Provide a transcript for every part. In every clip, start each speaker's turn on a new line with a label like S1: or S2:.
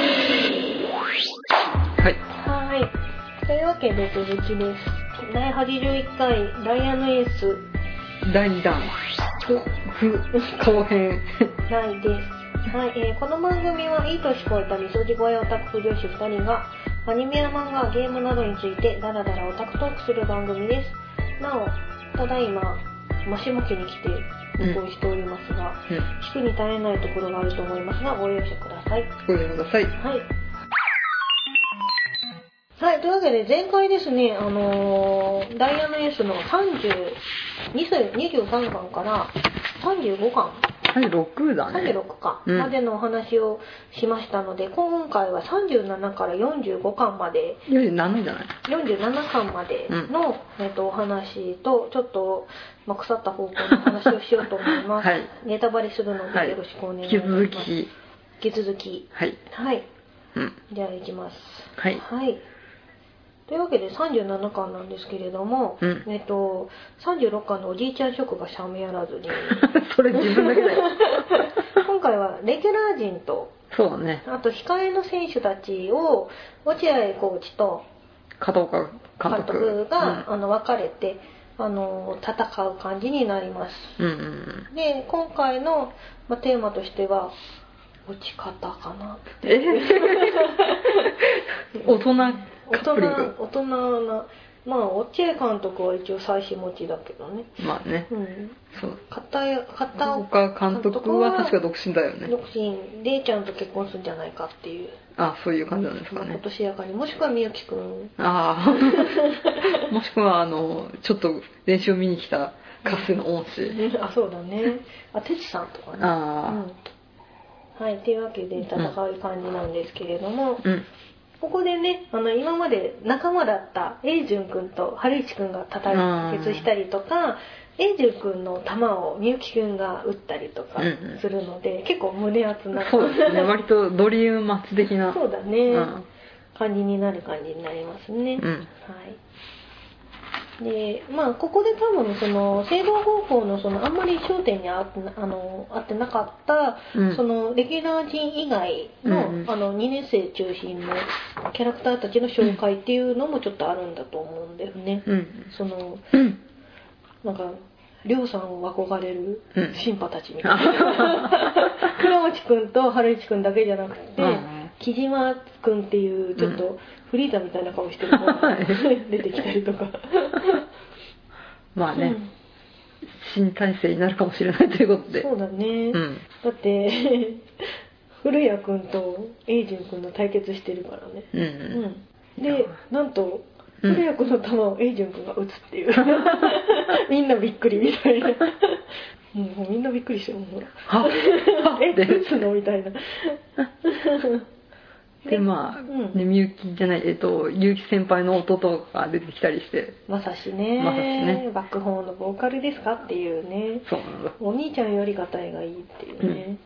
S1: はい。
S2: はい。というわけで続きです。第81回ダイヤのエース
S1: 第2弾。ふ、ふ、後編。
S2: ないです。はい、えーこの番組はいい年こえたみそじ声オタク婦女子2人がアニメや漫画、ゲームなどについてダラダラオタクトークする番組です。なお、ただいま、マシモ家に来て録音しておりますが、
S1: うん。
S2: 聞くに耐えないところがあると思いますが、ご容赦ください。
S1: ご覧ください。
S2: はい。はい、というわけで前回ですね、あのーダイヤのエースの32 23巻から35巻
S1: 第6弾ね。
S2: 36巻
S1: うん
S2: までのお話をしましたので、今回は37から45巻まで
S1: 47じゃない
S2: 47巻までの、えっと、お話とちょっと、まあ、腐った方向の話をしようと思います、
S1: はい
S2: ネタバレするの
S1: はい
S2: でよろしくお願い
S1: 引
S2: し
S1: き
S2: ます、
S1: 続き。
S2: 引き続き
S1: はい。
S2: はい
S1: うん。
S2: じゃあ行きます
S1: はい。
S2: というわけで37巻なんですけれども、
S1: うん
S2: えっと、36巻のおじいちゃん職がシャムや らずに
S1: それ自分だけだよ。
S2: 今回はレギュラー陣と
S1: そうだね。
S2: あと控えの選手たちを落合コーチと
S1: 加藤か
S2: 監
S1: 監督。
S2: 督が、あの分かれてあの戦う感じになります
S1: うん。うん うん
S2: で今回の、まあ、テーマとしては落ち方かな
S1: うん。え大人
S2: 大
S1: カップリン
S2: 人
S1: グ。
S2: 大人なまあ落合監督は一応妻子持ちだけどね
S1: まあね。
S2: うん
S1: そう。
S2: 片や片岡
S1: 岡監督は確か独身だよね。
S2: 独身レイちゃんと結婚するんじゃないかっていう、
S1: あ、そういう感じなんですか
S2: まあ
S1: ね
S2: 今。年やかにもしくはみゆきくん
S1: ああ。もしくは、あの、ちょっと練習を見に来たカスの恩師。
S2: あそうだね あてつさんとかね
S1: あ
S2: うん、はいというわけで戦う感じなんですけれども、
S1: あ。うん。
S2: ここでねあの今まで仲間だった英順君と春一君が対決したりとか英順君の球をみゆき君が打ったりとか
S1: うんうん
S2: するので、結構胸熱な
S1: そうですね。割とドリームマッチ的な。
S2: そうだね、
S1: うん
S2: 感じになる感じになりますね、
S1: うん。
S2: はい。で、まあ、ここで多分、その、制度方法の、その、あんまり焦点にあってな、あの、合ってなかった、
S1: うん
S2: その、レギュラー陣以外の、
S1: うんうん
S2: あの、2年生中心のキャラクターたちの紹介っていうのもちょっとあるんだと思うんだよね。
S1: うん。
S2: その、
S1: うん。
S2: なんか、りょうさんを憧れる
S1: うん
S2: 審判たちみた いな。倉持くんと春一くんだけじゃなくて、
S1: うん
S2: 木島くんっていうちょっ
S1: う
S2: とフリーザみたいな顔してる子が出てきたりとか。
S1: まあね、
S2: うん
S1: 新体制になるかもしれないということで。
S2: そうだね。
S1: うん。
S2: だって、古谷くんとエイジンくんの対決してるからね。
S1: うんうん。
S2: うん、で、なんと、
S1: うん
S2: 古谷君の球をエイジュン君が打つっていう みんなびっくりみたいな、うん、もうみんなびっくりしてるもん
S1: はは
S2: え
S1: で
S2: 打つのみたいな
S1: で、まあ、
S2: うん
S1: ね、みゆきじゃない、えっと、ゆうき先輩の弟が出てきたりして、
S2: まさしね
S1: まさしね
S2: バックホーンのボーカルですかっていうね
S1: そうなんだ。
S2: お兄ちゃんよりがたいがいいっていうね、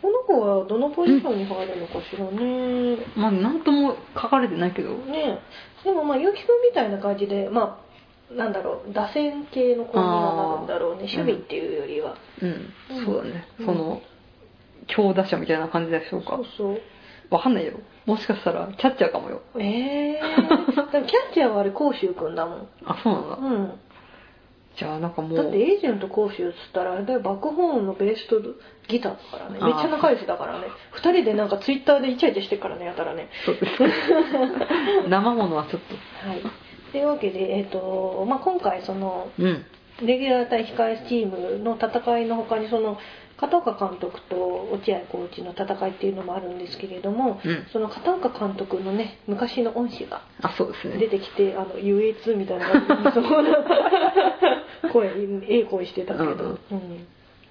S2: この子はどのポジションに入るのかしらね、
S1: まあ、なんとも書かれてないけど、
S2: ねでもまあ結城くんみたいな感じでまあなんだろう打線系の子にはなるんだろう
S1: あ
S2: ね守
S1: ー
S2: 備っていうよりは、
S1: うん、
S2: うん
S1: そうだね。
S2: うん
S1: その、強打者みたいな感じでしょうか
S2: そう。そう
S1: わかんないよ。もしかしたら、キャッチャーかもよ。
S2: ええ ー、でもキャッチャーはあれ甲州くんだもん
S1: あ、そうなんだ。
S2: うん
S1: じゃあ、なんかも
S2: だっ
S1: う
S2: て、エージェント甲州っつったらあれだよバックホーンのベースとギターだからね
S1: あー
S2: めっちゃ仲良しだからね2人でなんかツイッターでイチャイチャしてるからねやたらね
S1: そうです 生ものはちょっ
S2: はいというわけで、えーとまあ、今回その
S1: と、うん。
S2: レギュラー対控えチームの戦いの他にその片岡監督と落合コーチの戦いっていうのもあるんですけれども、
S1: うん
S2: その片岡監督のね昔の恩師が
S1: あ、そうです
S2: 出
S1: ね。
S2: てきてあの優越みたいな感じでそう 声ええ声してたけど、
S1: うんうん
S2: うん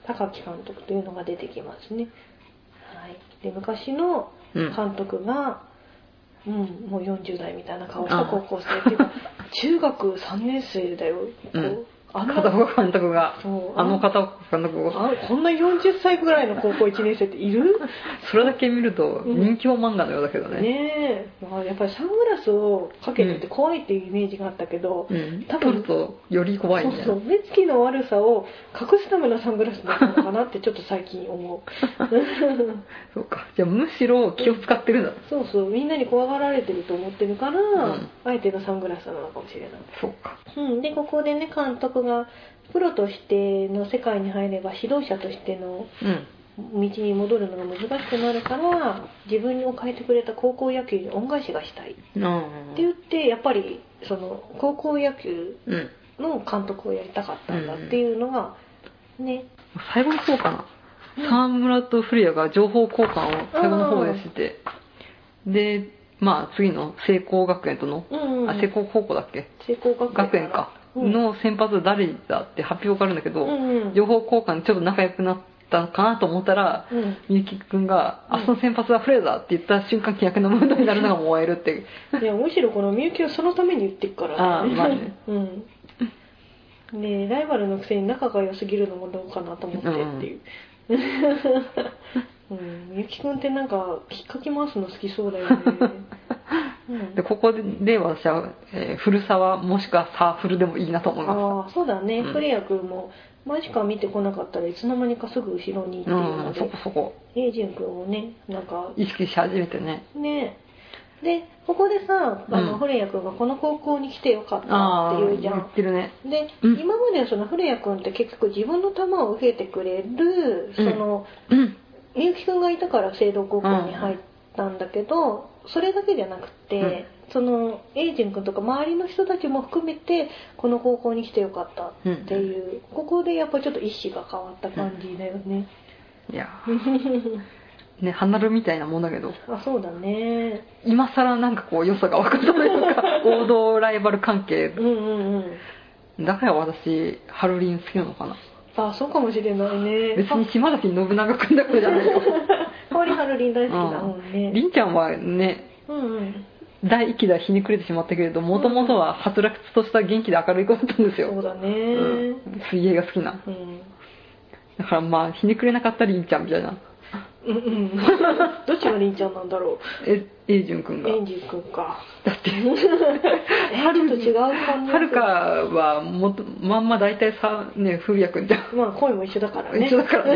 S2: 高木監督というのが出てきますね、はい、で昔の
S1: うん。
S2: 監督が、うんもう40代みたいな顔した高校生っていうか中学3年生だよ、こう
S1: うん
S2: あんな
S1: 片岡監督が
S2: そう
S1: あの片岡監督を
S2: あこんな40歳ぐらいの高校1年生っている
S1: それだけ見ると
S2: うん
S1: 人気も漫画のようだけどね
S2: ねえ、まあ、やっぱりサングラスをかけてって怖いっていうイメージがあったけど、
S1: うん
S2: 多
S1: 撮
S2: 分
S1: るとより怖い
S2: そ
S1: ん
S2: う
S1: だ
S2: そう
S1: よ
S2: 目つきの悪さを隠すためのサングラスだったのかなってちょっと最近思う
S1: そうかじゃあむしろ気を使ってるんだ
S2: そうそうみんなに怖がられてると思ってるから、
S1: ん
S2: あえてのサングラスなのかもしれない
S1: そうか
S2: うん、でここでね監督がプロとしての世界に入れば指導者としての
S1: うん
S2: 道に戻るのが難しくなるから自分を変えてくれた高校野球に恩返しがしたいって
S1: あ
S2: 言ってやっぱりその高校野球
S1: ーうん
S2: の監督をやりたかったんだっていうのがね
S1: 最後の方かな沢村と古谷が情報交換を最後の方でしててでまあ次の聖光学園との、
S2: うん、うん、
S1: あ聖光高校だっけ
S2: 成功学園
S1: 学園か、
S2: うん
S1: の先発誰だって発表があるんだけ
S2: う
S1: ど、
S2: んうん
S1: 情報交換でちょっと仲良くなったかなと思ったら
S2: うん
S1: みゆきくんが「
S2: うん
S1: 明日の先発はフレーだ」って言った瞬間契約の問題になるのが燃えるっていう
S2: いやむしろこのみゆきはそのために言ってるから
S1: ああまあね
S2: うんねえライバルのくせに仲が良すぎるのもどうかなと思ってっていう、 うんみゆきくんってなんか引っかき回すの好きそう だよね、うん
S1: でここで私は、えー古沢もしくはサーフルでもいいなと思いま
S2: ああそうだね、
S1: うん
S2: 古谷君も前しか見てこなかったらいつの間にかすぐ後ろにっ
S1: す
S2: て
S1: う
S2: いうの
S1: んそ
S2: で
S1: こそこ
S2: 英仁君もねなんか
S1: 意識し始めてね
S2: ねでここでさあの、
S1: うん
S2: 古谷君がこの高校に来てよかった
S1: あ
S2: っ
S1: あ
S2: て言うじ
S1: 言
S2: ゃん
S1: ってるね
S2: で、
S1: うん
S2: 今まではその古谷君って結局自分の球を受けてくれるその、
S1: うん
S2: みゆきくんがいたから聖堂高校に入ったんだけど、それだけじゃなくて、
S1: うん
S2: そのエイジン君とか周りの人たちも含めてこの高校に来てよかったっていう、ここでやっぱちょっと意思が変わった感じだよ ね、
S1: いやーね離るみたいなもんだけど
S2: あそうだね
S1: 今更なんかこう良さが分かったという か王道ライバル関係
S2: うんうんうん
S1: だから私ハロリン好きなのかな
S2: あそうかもしれないね
S1: 別に島崎信長君だからじゃないよ
S2: 香りはるりん大好きだも んね、
S1: りんちゃんはね
S2: うんうん
S1: 第一期ではひねくれてしまったけれどもともとははつらつとした元気で明るい子だったんです
S2: そう
S1: よ、
S2: だね、
S1: うん水泳が好きな
S2: うん
S1: だからまあひねくれなかったりんちゃんみたいな
S2: う んうん、どっちがりんちゃんなんだろ
S1: ええいじゅんくん
S2: う
S1: が
S2: エンジンくんか
S1: だ って
S2: えちょっと違う感じ
S1: はるかはもっとまんま大体さね古谷くんじゃん
S2: まあ声も一緒だからね
S1: 一緒だから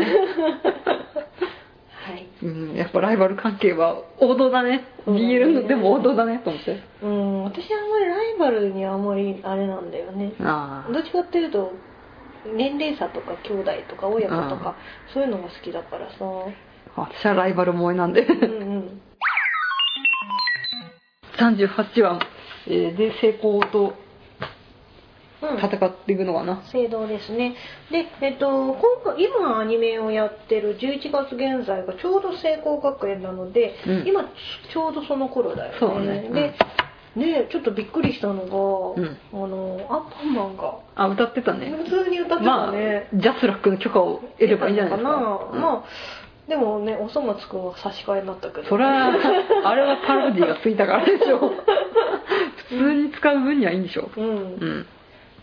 S1: ね、
S2: はい
S1: うん、やっぱライバル関係は王道だね
S2: そうだね
S1: BL のでも王道だねと思って
S2: うん私あんまりライバルにあんまりあれなんだよね
S1: あ
S2: どっちかっていうと年齢差とか兄弟とか親子とかそういうのが好きだから さ
S1: あ私はライバル萌えなん で
S2: うんうん
S1: 38話、えーで成功と
S2: うん
S1: 戦っていくのかな、
S2: 聖堂ですねで、えっと、今回今アニメをやってる11月現在がちょうど聖光学園なので、
S1: うん
S2: 今ちょうどその頃だよね
S1: そうね
S2: で、ねちょっとびっくりしたのが、
S1: うん
S2: あのアンパンマンが
S1: あ歌ってたね
S2: 普通に歌ってた
S1: まあ
S2: ね、
S1: ジャスラックの許可を得ればいいんじゃないですか
S2: 出たのかな、まあでもねおそ松くんは差し替えになったけど
S1: うんそれは あれはパロディがついたからでしょ普通に使う分にはいいんでしょ
S2: うん、
S1: うん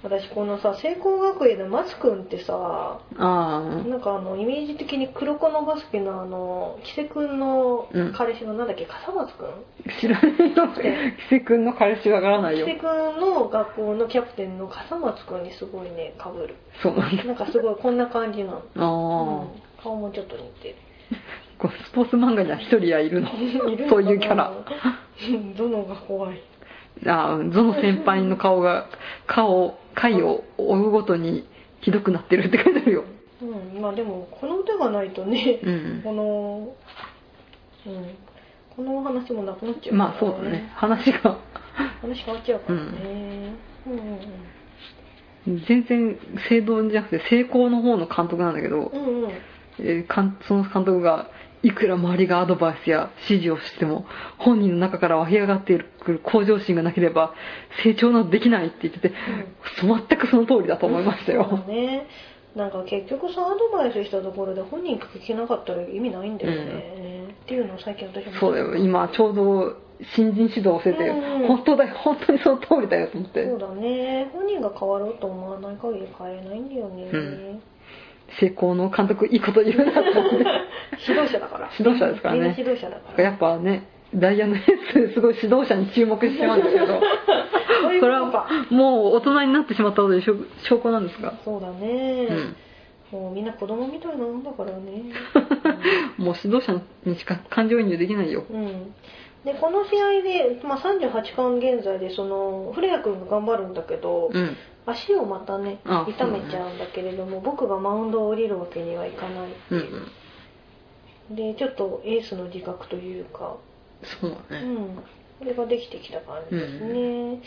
S2: 私このさ聖光学園の松くんってさ
S1: あ
S2: なんかあのイメージ的に黒子のバスケのあのキセ君の彼氏のなんだっけ、笠松君
S1: あ知らないよ キセ君の彼氏わからない
S2: キ
S1: よ
S2: セ君の学校のキャプテンの笠松君にすごいねかぶる
S1: そうなんだ
S2: なんかすごいこんな感じな
S1: あ
S2: の、
S1: あ、
S2: うん顔もちょっと似てる
S1: こうスポーツ漫画には一人はいるの
S2: いるの かな
S1: そういうキャラ
S2: うん どのが怖い
S1: ああゾノ先輩の顔が顔回を追うごとにひどくなってるって書いてあるよ
S2: うんまあでもこの歌がないとね、
S1: うん
S2: このうんこのお話もなくなっちゃうから
S1: まあそうだね話が
S2: 話変わっちゃうからね、うん、うん
S1: 全然正道じゃなくて成功の方の監督なんだけど
S2: う、んうんうん
S1: えー監その監督がいくら周りがアドバイスや指示をしても本人の中から湧き上がってくる向上心がなければ成長などできないって言ってて、そう全くその通りだと思いました
S2: そう
S1: よ、
S2: だねなんか結局さアドバイスしたところで本人聞けなかったら意味ないんだよね、っていうのを最近私も
S1: そうだよ今ちょうど新人指導をしてて、
S2: うんうん
S1: 本当だよ本当にその通りだよと思って、
S2: そうだね本人が変わろうと思わない限り変えないんだよね、
S1: うん成功の監督いいこと言うなと思って
S2: 指導者だから
S1: 指導者ですからね
S2: みんな指導者だ
S1: なん
S2: か
S1: からやっぱねダイヤのエースすごい指導者に注目してまうんですけ ど
S2: そういう
S1: そ
S2: こ
S1: れ
S2: と
S1: は
S2: か
S1: もう大人になってしまったことで証証拠なんですが、
S2: そうだね、
S1: うん、
S2: もうみんな子供みたいなもんだから ね、
S1: もう指導者にしか感情移入できないよ
S2: うん、でこの試合で、まあ、38巻現在でその古谷君が頑張るんだけど、
S1: うん
S2: 足をまたね
S1: あ
S2: 痛めちゃうんだけれども、僕がマウンドを降りるわけにはいかない
S1: うんうん
S2: でちょっとエースの自覚というか、
S1: そう
S2: う
S1: だね、
S2: ん、これができてきた感じですね、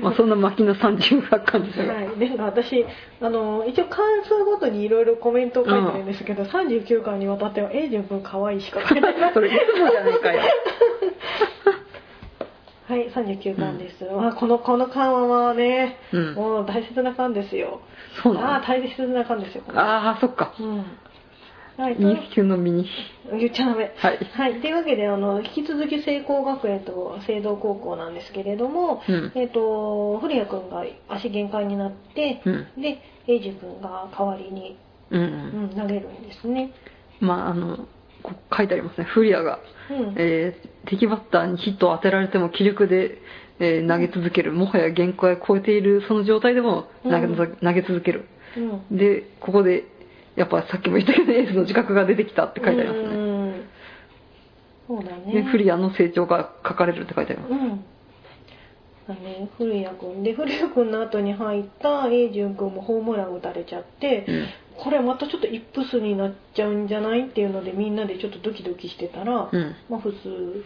S1: まあそんな巻きの38巻でしたが、
S2: はい、なんか私あの一応関数ごとにいろいろコメントを書いてるんですけど、39巻にわたっては「え十分可愛いしか書いてない
S1: それいつもじゃねえかよ
S2: はい39巻です、まあ、このこの緩和はね、
S1: うん
S2: もう大切な巻ですよ
S1: そう
S2: あ
S1: な
S2: あ
S1: の
S2: 大切な巻ですよこれ
S1: ああそっか
S2: うんはい、と
S1: ミニ級のミニ
S2: 言っちゃダメ
S1: はい
S2: はい、というわけであの引き続き聖光学園と聖堂高校なんですけれども、
S1: うん
S2: えっと古谷君が足限界になって、
S1: うん
S2: で英二君が代わりに、
S1: うんう
S2: うんん、投げるんですね、
S1: まああのこう書いてありますねフリアが、
S2: うん
S1: えー敵バッターにヒットを当てられても気力で、えー投げ続けるもはや限界を超えているその状態でも投げ,、
S2: うん
S1: 投げ続ける
S2: うん、
S1: でここでやっぱさっきも言ったけどエースの自覚が出てきたって書いてありますね
S2: うんそうだね
S1: でフリアの成長が書かれるって書いてあります
S2: うんだね、古谷君で古谷君の後に入った英二君もホームラン打たれちゃって、
S1: うん
S2: これまたちょっとイップスになっちゃうんじゃないっていうのでみんなでちょっとドキドキしてたら、
S1: うん
S2: まあ普通、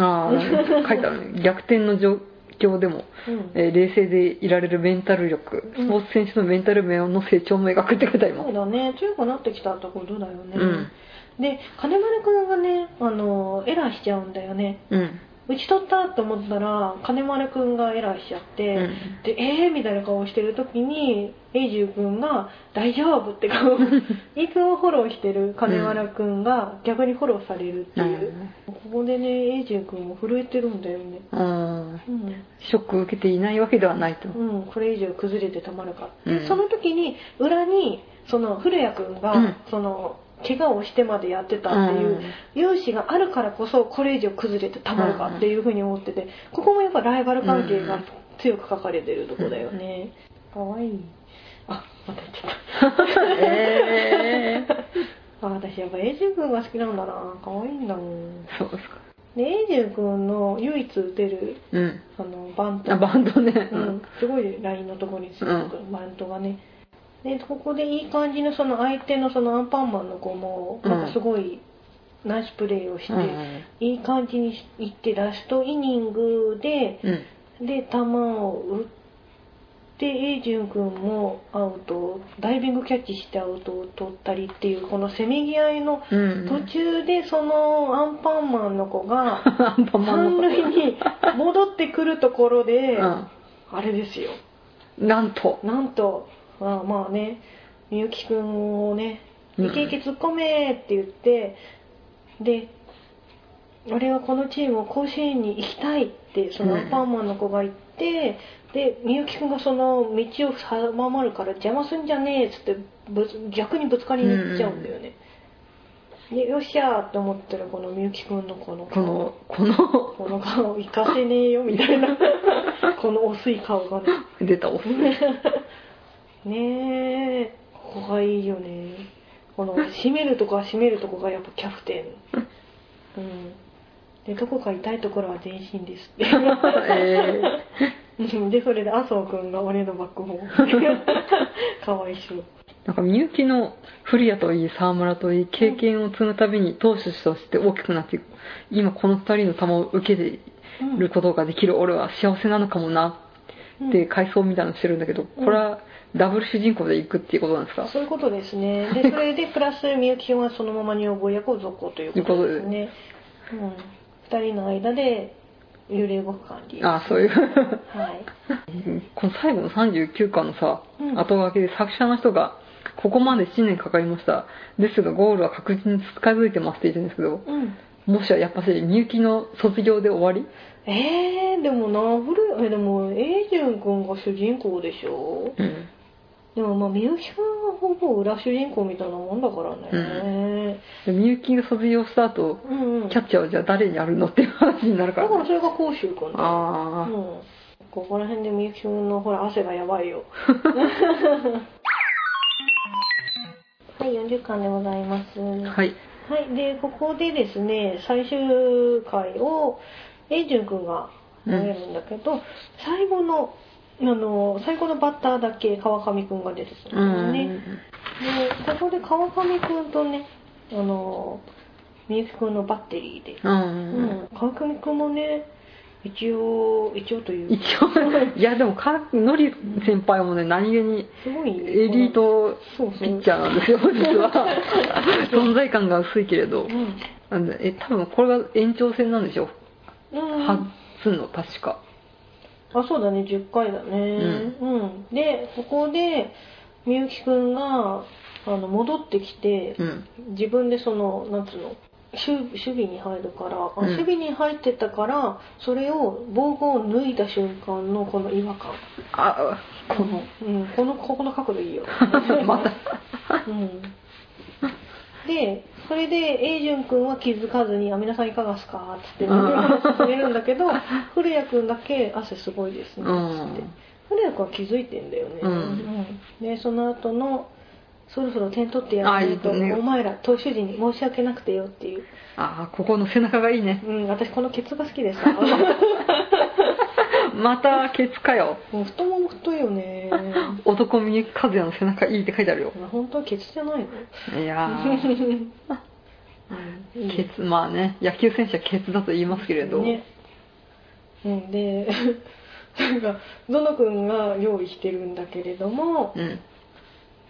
S1: ああ書いてあ るね逆転の状況でも、
S2: うん
S1: えー冷静でいられるメンタル力スポーツ選手のメンタル面の成長も描くって書いてありま
S2: そう
S1: す
S2: だね強くなってきたってことだよね、
S1: うん
S2: で金丸君がねあのエラーしちゃうんだよね
S1: うん
S2: 打ち取ったと思ったら金丸君がエラーしちゃって、
S1: うん
S2: でえーみたいな顔してる時に英二君が「大丈夫」って 顔いつもフォローしてる金丸君が逆にフォローされるっていう、ここでね英二君も震えてるんだよね
S1: うん
S2: うん
S1: ショックを受けていないわけではないと
S2: うん、これ以上崩れてたまるか、
S1: う
S2: で
S1: ん
S2: その時に裏にその古谷君が、
S1: うん
S2: その怪我をしてまでやってたっていう、容姿があるからこそこれ以上崩れてたまるかっていうふうに思っててここもやっぱライバル関係が強く書かれてるとこだよね、かわいいあまた言っちゃっ
S1: えー
S2: たあ私やっぱ英二君が好きなんだなかわいいんだもん
S1: そうですか
S2: で英二君の唯一打てる
S1: うん
S2: あのバント
S1: あバンドね
S2: う
S1: うんん、
S2: すごいラインのところにすごくバントがね、でここでいい感じのその相手のそのアンパンマンの子も
S1: うん
S2: なんかすごいナイスプレーをして、
S1: うん
S2: いい感じにいってラストイニングで
S1: うん
S2: で球を打って英順君もアウトダイビングキャッチしてアウトを取ったりっていうこのせめぎ合いの
S1: うん
S2: 途中でそのアンパンマンの子が
S1: アンパンマン
S2: 三
S1: の
S2: 塁に戻ってくるところで、
S1: う
S2: あれですよ
S1: んなんと
S2: なんとまあまあねみゆきくんをね「
S1: うん
S2: イケイケ突っ込め!」って言ってで「俺はこのチームを甲子園に行きたい」ってその
S1: うん
S2: アンパンマンの子が言って、でみゆきくんがその道を阻まるから邪魔すんじゃねえっつってぶつ逆にぶつかりに行っちゃうんだよね、でよっしゃーって思ったらこのみゆきくんのこの
S1: こ
S2: 顔
S1: のこの
S2: この顔行かせねえよみた いなこの薄い顔がね
S1: 出た お酢
S2: ねえここがいいよねこの締めるとこは締めるとこがやっぱキャプテンうんでどこか痛いところは全身ですって
S1: えー
S2: うんでそれで麻生君が俺のバックホーム かわいそう
S1: なんかみゆきの古谷といい沢村といい経験を積むたびに投手として大きくなっていく今この二人の球を受けて
S2: うん
S1: ることができる俺は幸せなのかもなって回想みたいなのしてるんだけどこれはダブル主人公で行くっていうことなんですか
S2: そういうことですねでそれでプラスみゆきはそのまま女房役を続行ということですねうん、二人の間で揺れ動く感じ
S1: ああそういう
S2: はい
S1: この最後の39巻のさ
S2: うん
S1: 後書きで作者の人がここまで7年かかりましたですがゴールは確実に近づいてますって言ってるんですけど
S2: うん
S1: もしはやっぱしみゆきの卒業で終わり
S2: えー、でもな古いえでもエイジュン君が主人公でしょ
S1: うん
S2: でもまあみゆきさんはほぼ裏主人公みたいなもんだからね、
S1: でみゆきが卒業した後
S2: うん、うん
S1: キャッチャーはじゃあ誰にやるのっていう話になるか
S2: だ
S1: ら、
S2: からそれが甲州君だよう
S1: ああ、
S2: んここら辺でみゆき君のほら汗がやばい よはい40巻でございますはい、
S1: はい
S2: でここでですね最終回をエイジュン君が投げるんだけど、最後のあの最後のバッターだけ川上君が出てく
S1: う
S2: るん
S1: ん、
S2: ですね、でここで川上君とねあのみゆき君のバッテリーで
S1: う
S2: うん
S1: ん、
S2: 川上君もね一応一応という
S1: 一
S2: か
S1: 応いやでもかのり先輩もね何気に
S2: すごい
S1: エリート
S2: そうそ
S1: ピ
S2: う
S1: ッチャーなんですよ実は存在感が薄いけれど
S2: うん
S1: なんでえ多分これが延長戦なんでしょ
S2: うんあ
S1: 初の確か
S2: そうだね10回だねうん、でここでみゆき君があの戻ってきて
S1: うん
S2: 自分でそのなんつうの守守備に入るから、あ
S1: うん
S2: 守備に入ってたからそれを防具を脱いだ瞬間のこの違和感
S1: あこの、
S2: うん、このここの角度いいよ
S1: また
S2: うんでそれでエイジュン君は気づかずに「あ皆さんいかがですか?」っつって
S1: うん
S2: 進めるんだけど古谷君だけ「汗すごいですね」
S1: う
S2: っつって
S1: ん
S2: 古谷君は気づいてんだよね、
S1: うん
S2: うんでその後の「そろそろ点取ってやらないと、
S1: あいいね
S2: お前ら投手陣に申し訳なくてよ」っていう
S1: ああここの背中がいいね
S2: 「うん私このケツが好きで さ」
S1: またケツかよ
S2: もう太もも太いよね
S1: 男見ゆき和也の背中いいって書いてあるよ
S2: 本当はケツじゃないの
S1: いやーケツまあね野球選手はケツだと言いますけれど、
S2: ねうん、で なんかゾノ君が用意してるんだけれども
S1: うん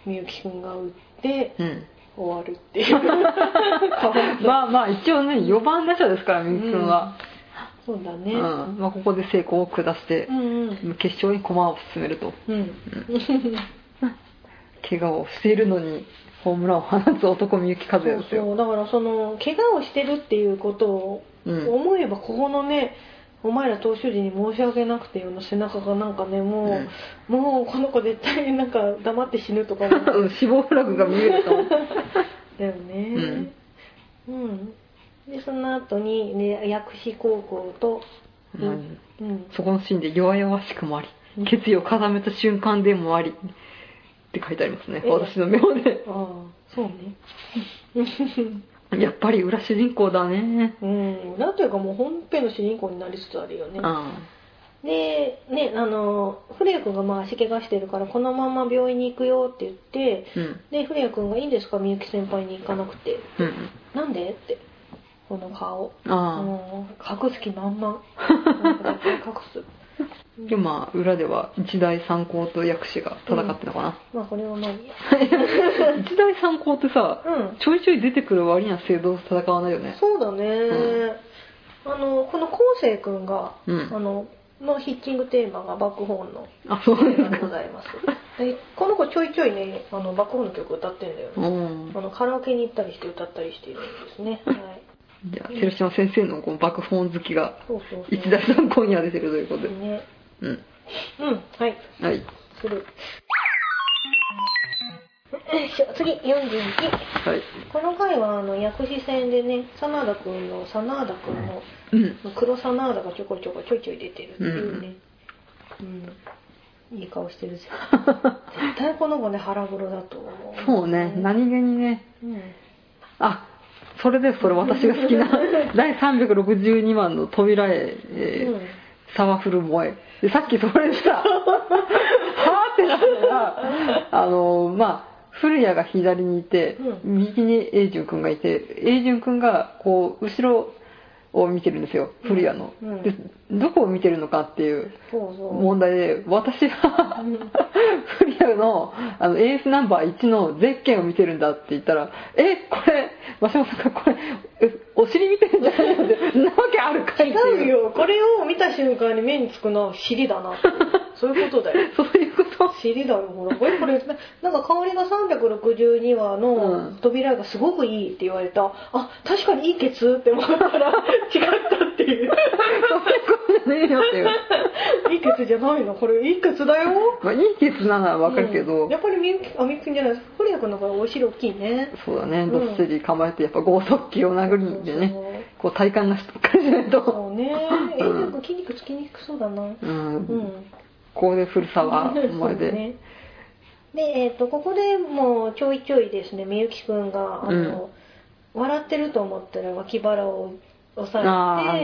S2: みゆき君が打って
S1: うん
S2: 終わる っていうかわいそう
S1: まあまあ一応ね4番打者ですからみゆき君は、
S2: そうだ
S1: う
S2: ね
S1: んまあ、ここで成功を下して
S2: う、んうん
S1: 決勝に駒を進めると
S2: うん、
S1: 怪我をしているのにホームランを放つ男みゆき和
S2: そ
S1: 也
S2: う
S1: ですよ
S2: そうだからその怪我をしてるっていうことを
S1: うん
S2: 思えばここのねお前ら投手陣に申し訳なくてよの背中がなんかねもう、
S1: うん
S2: もうこの子絶対なんか黙って死ぬとか思って
S1: うん死亡フラグが見えると思う
S2: だよねうん、でその後にね薬師高校と、
S1: うん
S2: うん、
S1: そこのシーンで弱々しくもあり決意を固めた瞬間でもありって書いてありますね
S2: ええ
S1: 私のメモで
S2: ああそうね
S1: やっぱり裏主人公だね
S2: うんなんというかもう本編の主人公になりつつあるよね
S1: あ
S2: でねあの古谷君がまあ足怪我してるからこのまま病院に行くよって言って
S1: ーうん
S2: で古谷君が「いいんですかみゆき先輩に行かなくて
S1: うん
S2: なんで?」ってこの顔
S1: あ
S2: もう隠す気満々なんか絶対隠す
S1: あでまあ裏では一大三高と薬師が戦ってたのかな、
S2: まあこれはまあいいや
S1: 一大三高ってさ
S2: うん
S1: ちょいちょい出てくる割には正道と戦わないよね
S2: そうだね、
S1: う
S2: あのこの昴生君が、
S1: うん
S2: あののヒッチングテーマがバックホーンの
S1: あそう
S2: テ
S1: で
S2: ー
S1: す
S2: マで
S1: か
S2: ござい ますでこの子ちょいちょいねあのバックホーンの曲歌ってんだよね、
S1: うん
S2: あのカラオケに行ったりして歌ったりしているんですね、はい、
S1: じゃあ寺島先生のこの爆本好きが
S2: そうそうそう
S1: 一大三高には出てるということで
S2: ね
S1: うん
S2: うんはい
S1: はい
S2: するよいしょ次41
S1: はい
S2: この回はあの薬師戦でね真田君の真田君の
S1: うん
S2: 黒さなーだがちょこちょこちょいちょい出てるっていうね、うんいい顔し てるじゃん絶対この子ね腹黒だと思う
S1: そうね
S2: ん
S1: 何気にね
S2: うん
S1: あそれでそれ私が好きな第362番の扉へ、えー
S2: うん
S1: サワフル萌えでさっきそれでさはあってなったらあのまあ古谷が左にいて、
S2: う
S1: 右に英順君がいて英順君がこう後ろを見てるんですよ古谷の、
S2: うん
S1: でどこを見てるのかっていう
S2: そうそう
S1: 問題で私はフリアのあのエースナンバー1のゼッケンを見てるんだって言ったら「えこれマシモさんがこれえお尻見てんじゃないのでんなわけあるかいっていう
S2: 違うよこれを見た瞬間に目につくのは尻だなってそういうことだ よ
S1: そういうこと
S2: 尻だよほらこれこれなんか香りが362話
S1: う
S2: の
S1: ん
S2: 扉がすごくいいって言われた、あ確かにいいケツって思った ら違ったっていう
S1: そういうことじゃねえよっていう、
S2: いいケツじゃないのこれいいケツだよ
S1: まあ、いいケツならわかるけど、
S2: うんやっぱりみゆきあみゆきくんじゃないです古谷君の方がお尻大きいね
S1: そうだねどっしり構えてやっぱ剛速球を殴るんでねこう体幹がしっかりしない
S2: そう
S1: と、
S2: そうねえ
S1: うん
S2: なんか筋肉つきにくそうだなうん
S1: うんここで古さは思い
S2: そう
S1: で、
S2: ねで、えっとここでもうちょいちょいですねみゆきくんがあの、笑ってると思ったら脇腹を押さ
S1: ああ、
S2: れ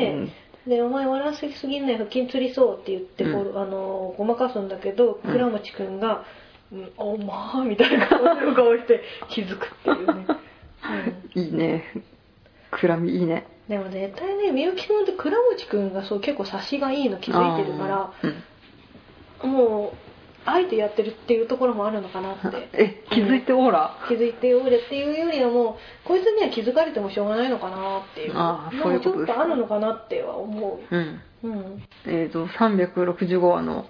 S2: て、で「お前笑わせすぎんない腹筋つりそう」って言ってこう、あのごまかすんだけど
S1: うん
S2: 倉持くんが「うん、おまあ」みたいな顔して気づくっていうね、う
S1: う
S2: ん
S1: んいいねくらみいいね
S2: でも絶対ねみゆきくんって倉持くんがそう結構察しがいいの気づいてるから
S1: あーうん
S2: もうあえてやってるっていうところもあるのかなって
S1: え気づいてオーラ、
S2: 気づいておれっていうよりはもうこいつには気づかれてもしょうがないのかなっていう
S1: あー
S2: なん
S1: そういう
S2: か
S1: こ
S2: ちょ
S1: と
S2: っ
S1: です
S2: とあるのかなっては思
S1: うん
S2: ううん
S1: えー、と365話の、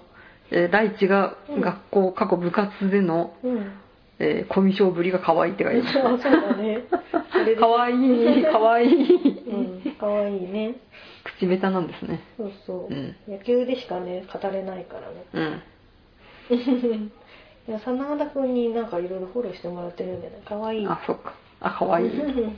S1: えー大地が
S2: うん
S1: 学校過去部活での、
S2: うん
S1: えーコミュ障ぶりが可愛いって書いてま
S2: あ
S1: す
S2: そうだねあれで
S1: 可愛い可愛い
S2: うんかわいいね
S1: 口下手なんですね
S2: そうそう、
S1: うん
S2: 野球でしかね語れないから ね
S1: うん
S2: いや真田君になんかいろいろフォローしてもらってるんだよねかわいい
S1: あそっかあ可愛い
S2: うん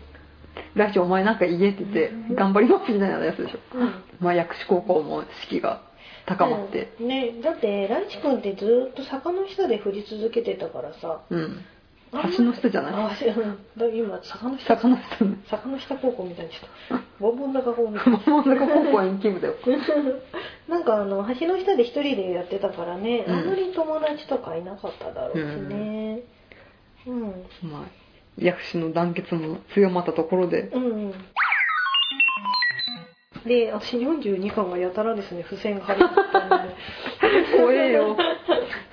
S1: 来週お前なんか言えって言って頑張りますみたいなやつでしょ
S2: うん
S1: まあ薬師高校も士気が高まって
S2: うんねだってライチ君ってずーっと坂の下で振り続けてたからさ
S1: うん
S2: あんまり
S1: 橋の下じゃない
S2: あ橋うんだ今坂の下
S1: 坂の下の
S2: 坂の下高校みたいにちょっとボンボン高校みたい
S1: 真ん中高校演劇部だよ
S2: ななんかあの橋の下で一人でやってたからね、
S1: うん
S2: あんまり友達とかいなかっただろうしねうん
S1: まあ薬師の団結も強まったところで
S2: うんうんで私42巻がやたらですね付箋が貼り付いてあるんで
S1: 怖えよ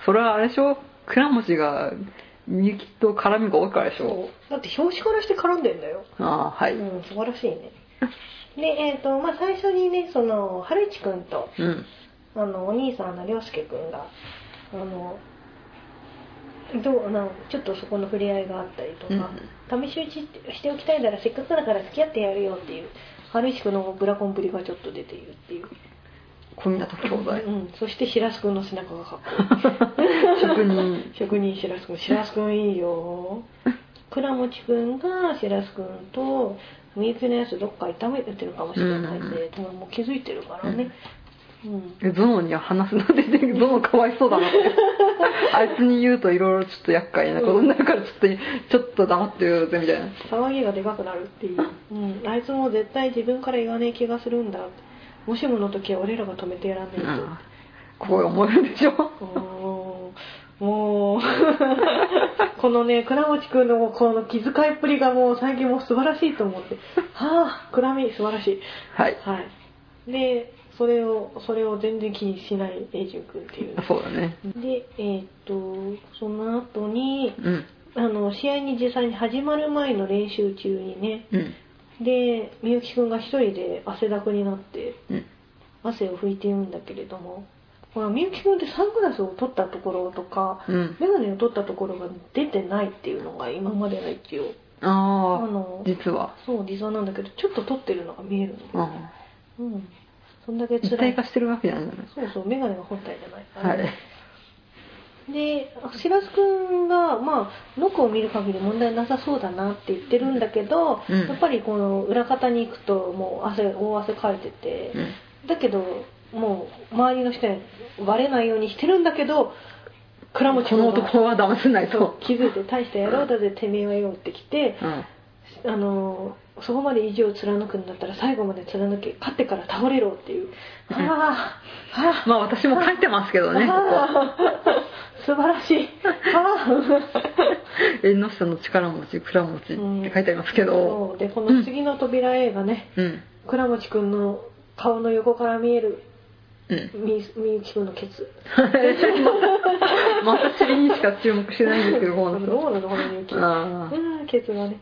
S1: それはあれでしょ倉持がみゆきと絡みが多いからでしょ
S2: そうだって表紙からして絡んでんだよ
S1: ああはいうん
S2: うん、素晴らしいね。で、えっ、と、まあ、最初にね、その、はるいちくんと、あの、お兄さんのりょうすけくんが、あの、どうなんちょっとそこの触れ合いがあったりとか、試し打ちってしておきたいならせっかくだから付き合ってやるよっていう、はるいちくんのブラコンぶりがちょっと出ているっていう。
S1: 小湊兄 弟
S2: うん、そしてしらすくんの背中がかっこいい。
S1: 職 人
S2: 職人しらすくんしらすくんいいよ倉持くんがしらすくんとみゆきのやつどっか痛めてるかもしれないって、もうもう気づいてるからねうん、
S1: ゾノには話すなんて言って ゾノかわいそうだなと思ってあいつに言うといろいろちょっと厄介なことになるからちょっとちょっと黙ってよぜみたいな
S2: 騒ぎがでかくなるっていう、うん、あいつも絶対自分から言わねえ気がするんだもしもの時は俺らが止めてやらねえと、
S1: うんここで思えるでしょ
S2: おーもう このね倉持くんのこの気遣いっぷりがもう最近もう素晴らしいと思ってはあ倉見素晴らしい
S1: はい
S2: はい、でそれをそれを全然気にしない永純君っていうね
S1: そうだね
S2: でえーっとその後に
S1: うん
S2: あの試合に実際に始まる前の練習中にね
S1: うん
S2: でみゆきくんが一人で汗だくになって
S1: うん
S2: 汗を拭いているんだけれどもほらみゆきくんってサングラスを取ったところとか
S1: うん
S2: 眼鏡を取ったところが出てないっていうのが今までの一応あ
S1: ああ
S2: の
S1: 実は
S2: そう理想なんだけどちょっと取ってるのが見えるの、
S1: うん
S2: うん、そんだけ
S1: 一
S2: 辛い
S1: 体化してるわけじゃないん
S2: そうそう、メガネが本体じゃないか
S1: は
S2: ら。
S1: い
S2: で、あしらすくんが、まあ、ノコを見る限り問題なさそうだなって言ってるんだけど、
S1: うん
S2: やっぱりこの裏方に行くと、もう汗、大汗かいてて、
S1: うん
S2: だけど、もう、周りの人にバレないようにしてるんだけど、倉持
S1: この男は騙せない
S2: そう
S1: と
S2: 気づいて大した野郎だぜてめえはよってきて、
S1: うん
S2: あのーそこまで意地を貫くんだったら最後まで貫け勝ってから倒れろっていう、
S1: うん
S2: ああ ああ
S1: まあ私も書いてますけどねここ
S2: あー素晴らしい。あ
S1: 縁の下の力持ち蔵持ちって書いてありますけ
S2: ー
S1: ど
S2: そうでこの次の扉 A がね、
S1: うん
S2: 倉持くんの顔の横から見える
S1: うん
S2: みみゆきくんのケツ。
S1: また尻にしか注目してないんですけどこうな
S2: ど
S1: る
S2: う
S1: と
S2: なのこのみゆき。あ
S1: あ
S2: ーケツがね。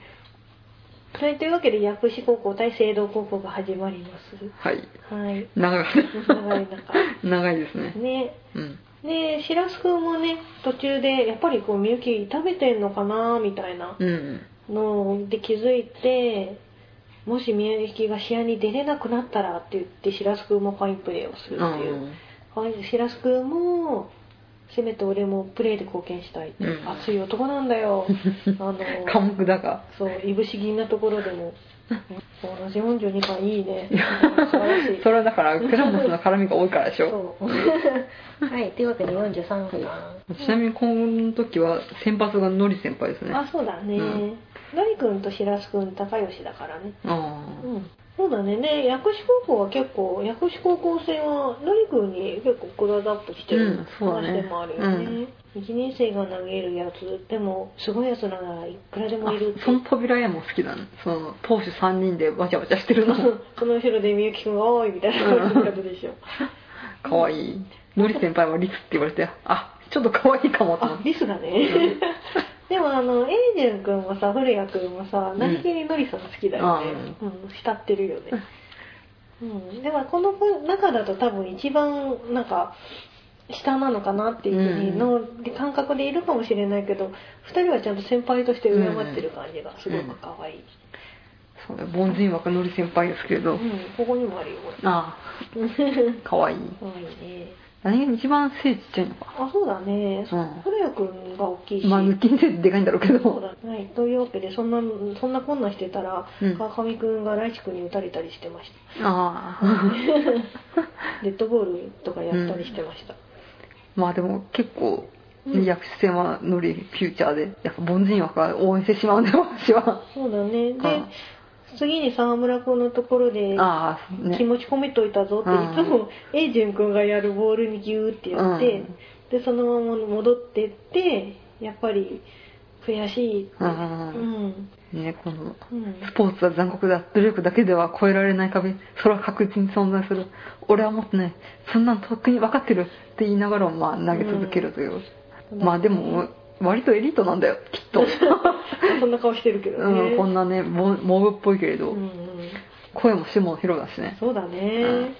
S2: はい、というわけで薬師高校対聖堂高校が始まります。
S1: はい。
S2: はい。
S1: 長い。
S2: 長い中。
S1: 長いですね。
S2: ね。
S1: うん。
S2: で、しらすくんもね、途中で、やっぱりこう、みゆき痛めてんのかなみたいな
S1: うん。
S2: ので気づいて、もしみゆきが試合に出れなくなったらって言って、しらすくんもファインプレーをするっていう。はい、しらすくんも、せめて俺もプレーで貢献したいって。
S1: うん
S2: 熱い男なんだ よ。あの、
S1: うん。科目だが。
S2: そう、いぶし銀なところでも、同じ42巻いい ね。素晴らしい。
S1: それはだから、クラモスの絡みが多いからでしょ。
S2: そう。 はい、というわけで43巻。
S1: ちなみに、この時は先発がノリ先輩ですね。
S2: あ、そうだね。
S1: うん
S2: のりくんとしらすくん、高吉だからね。
S1: あ
S2: うん。そうだね。で、薬師高校は結構、薬師高校戦は、のりくんに結構クローズアップして
S1: う
S2: る
S1: んそうだね
S2: 話でもあるよね。一1年生が投げるやつ、でも、すごいやつならいくらで
S1: あ
S2: もいるって
S1: その扉屋も好きだね。その、投手3人でわちゃわちゃしてるの。
S2: その後ろでみゆきくんが、おーいみたいな感じでしょ。
S1: かわいい。ノリ先輩はリスって言われて、あ、ちょっとかわいいかもと思
S2: あ
S1: っ、て。
S2: リスだね。 でもあの、エイジュン君もさ、古谷君もさ、
S1: うん
S2: 何気にノリさん好きだよね。うん、慕ってるよね。うん。でもこの子中だと多分一番、なんか、下なのかなっていうふ
S1: う
S2: うに
S1: ん
S2: の感覚でいるかもしれないけど、二人はちゃんと先輩として敬ってる感じがすごく可愛い。
S1: そうだ凡人枠ノリ先輩ですけ
S2: う
S1: ど。
S2: ん、ここにもあるよ、これ。
S1: ああ、かわいい。
S2: 可愛いね。
S1: 何が一番背ちっちゃいのか。
S2: あ、そうだね。
S1: うん
S2: 古谷君が大きいし。
S1: まあ、抜きん背でかいんだろうけ
S2: そう
S1: ど。
S2: だはい、というわけでそんなそんなこんなしてたら、
S1: うん
S2: 川上くんが来志くんに打たれたりしてまし
S1: ああ。
S2: たデッドボールとかやったりしてました、
S1: まあでも結構、
S2: うん
S1: 役者戦はノリフューチャーで、やっぱ凡人枠は応援してしまうんだよ、私は。
S2: そうだねで
S1: あ
S2: 次に沢村くんのところで
S1: ああ、ね。
S2: 気持ち込めといたぞって、
S1: うん
S2: いつもエイジュンくんがやるボールにギューってやって、
S1: うん
S2: でそのまま戻ってってやっぱり悔しいって
S1: うん
S2: うん
S1: ね、この、
S2: うん
S1: スポーツは残酷だ。努力だけでは越えられない壁。それは確実に存在する。俺は持ってない。そんなのとっくに分かってる。って言いながらも、まあ、投げ続けるという。
S2: うん
S1: まあでも、割とエリートなんだよ、きっと。
S2: そんな顔してるけどね、
S1: うん、こんなね、モモブっぽいけれど、
S2: うんうん
S1: 声も下も広だしね。
S2: そうだね、
S1: うん
S2: はい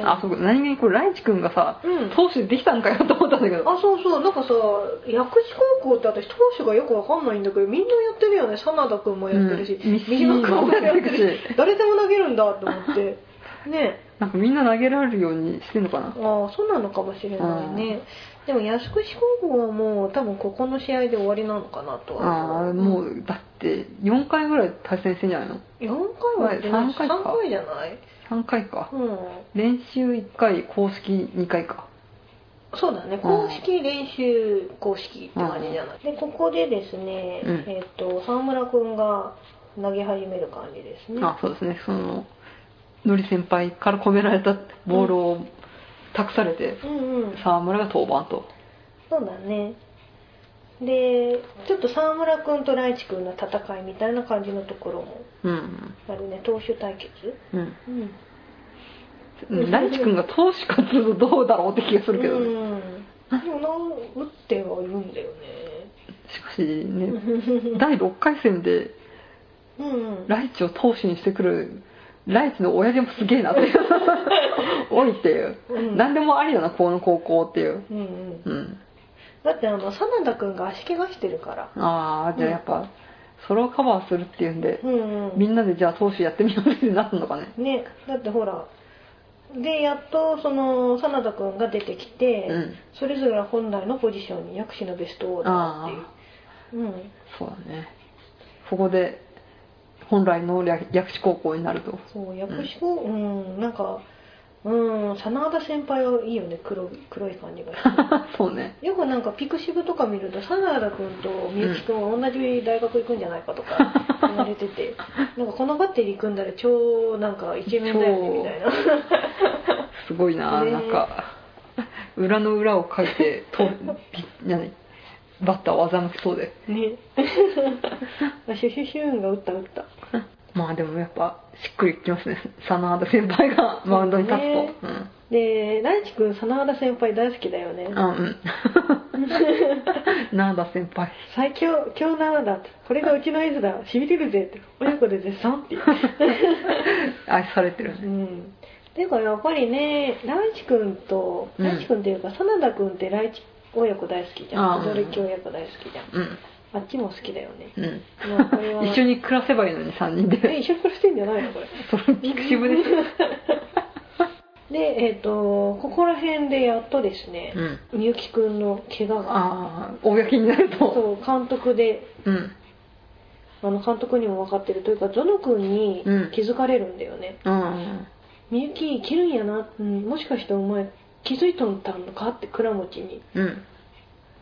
S1: うん。あ、そうか、何気にこれ、ライチ君がさ、
S2: うん
S1: 投手できたんかよと思ったんだけど。
S2: あそうそうなんかさ薬師高校って私投手がよくわかんないんだけどみんなやってるよね真田君もやってるし、
S1: うん三
S2: 三島君もやって
S1: もやっ
S2: る
S1: てる
S2: し誰でも投げるんだと思ってね
S1: なんかみんな投げられるようにしてんのか
S2: あ
S1: な。
S2: あそうなのかもしれないね、でも薬師高校はもう多分ここの試合で終わりなのかなとは
S1: ああ、もう、だって、4回ぐらい対戦してんじゃないの
S2: 4回はやってない
S1: 三回か
S2: 3回じゃない
S1: ?3 回か。
S2: うん
S1: 練習1回、公式2回か。
S2: そうだね公式練習公式って感じじゃない、でここでですね、
S1: うん
S2: えっ、と沢村君が投げ始める感じですね
S1: あそうですね、その、のり先輩から込められたボールを託されて、
S2: うんうん
S1: 沢村が登板と。
S2: そうだねでちょっと沢村君とライチ君の戦いみたいな感じのところも
S1: うん。
S2: あるね投手対決
S1: うん。
S2: うん
S1: うんライチ君が投手かずっとどうだろうって気がするけどね。
S2: うんでもなん打ってはいるんだよね
S1: しかし
S2: う
S1: ね、
S2: ん
S1: 第6回戦で
S2: うん
S1: ライチを投手にしてくる、ライチの親父もすげえなって いう。おいっていう。
S2: うん
S1: 何でもありだな、この高校っていう。
S2: うんうん
S1: うん。
S2: だってあの真田君が足怪我してるから
S1: ああ、じゃあやっぱ、それをカバーするっていうんで
S2: う、んうん
S1: みんなでじゃあ投手やってみようってなったのかね。
S2: ねだってほらでやっとその真田君が出てきて、
S1: うん
S2: それぞれ本来のポジションに薬師のベストオーダーっていう
S1: あ
S2: うん
S1: そうだね。ここで、本来の略薬師高校になると。
S2: そう薬師子うん、なんかうん真田先輩はいいよね黒い黒い感じが して
S1: そうね。
S2: よくなんかピクシブとか見ると真田君とみゆき君は同じ大学行くんじゃないかとか言われて てなんかこのバッテリー組んだら超なんかイケメンだよねみたいな
S1: すごいな、
S2: ね
S1: なんか、裏の裏をかい て、と、び何バッターを欺きそう で。
S2: ねあ シュシュシューンが打った打った
S1: まあでもやっぱ、しっくりきますね。真田先輩がマウンドに立つと。うん。
S2: でライチ君真田先輩大好きだよね
S1: あうん。なんだ先輩。
S2: 最強、強なのだって。これがうちの絵図だ。しびれるぜって。親子で絶賛っていう。
S1: 愛されてる
S2: う
S1: ね。
S2: ん。ていうかやっぱりね、ライチ君と、
S1: うん
S2: ライチ君っていうか、真田君ってライチ親子大好きじゃ
S1: あ
S2: ん。
S1: ー
S2: 踊りき親子大好きじゃん。
S1: うん。
S2: あっちも好きだよ ね。
S1: うん。
S2: まあこれは
S1: 一緒に暮らせばいいのに3人
S2: え、
S1: で。
S2: 一緒に暮らしてんじゃないのこれ。
S1: そう、ピクシブです。
S2: で、えっ、と、ここら辺でやっとですね
S1: う、ん。
S2: みゆきくんの怪我が、
S1: ああ、公になると。
S2: そう、監督で、
S1: うん。
S2: あの、監督にも分かってるというか、ゾノ君に
S1: うん
S2: 気づかれるんだよね。
S1: うん。
S2: みゆき、生きるんやな、うん、もしかしてお前、気づいとんたんのかって倉持に、
S1: うん。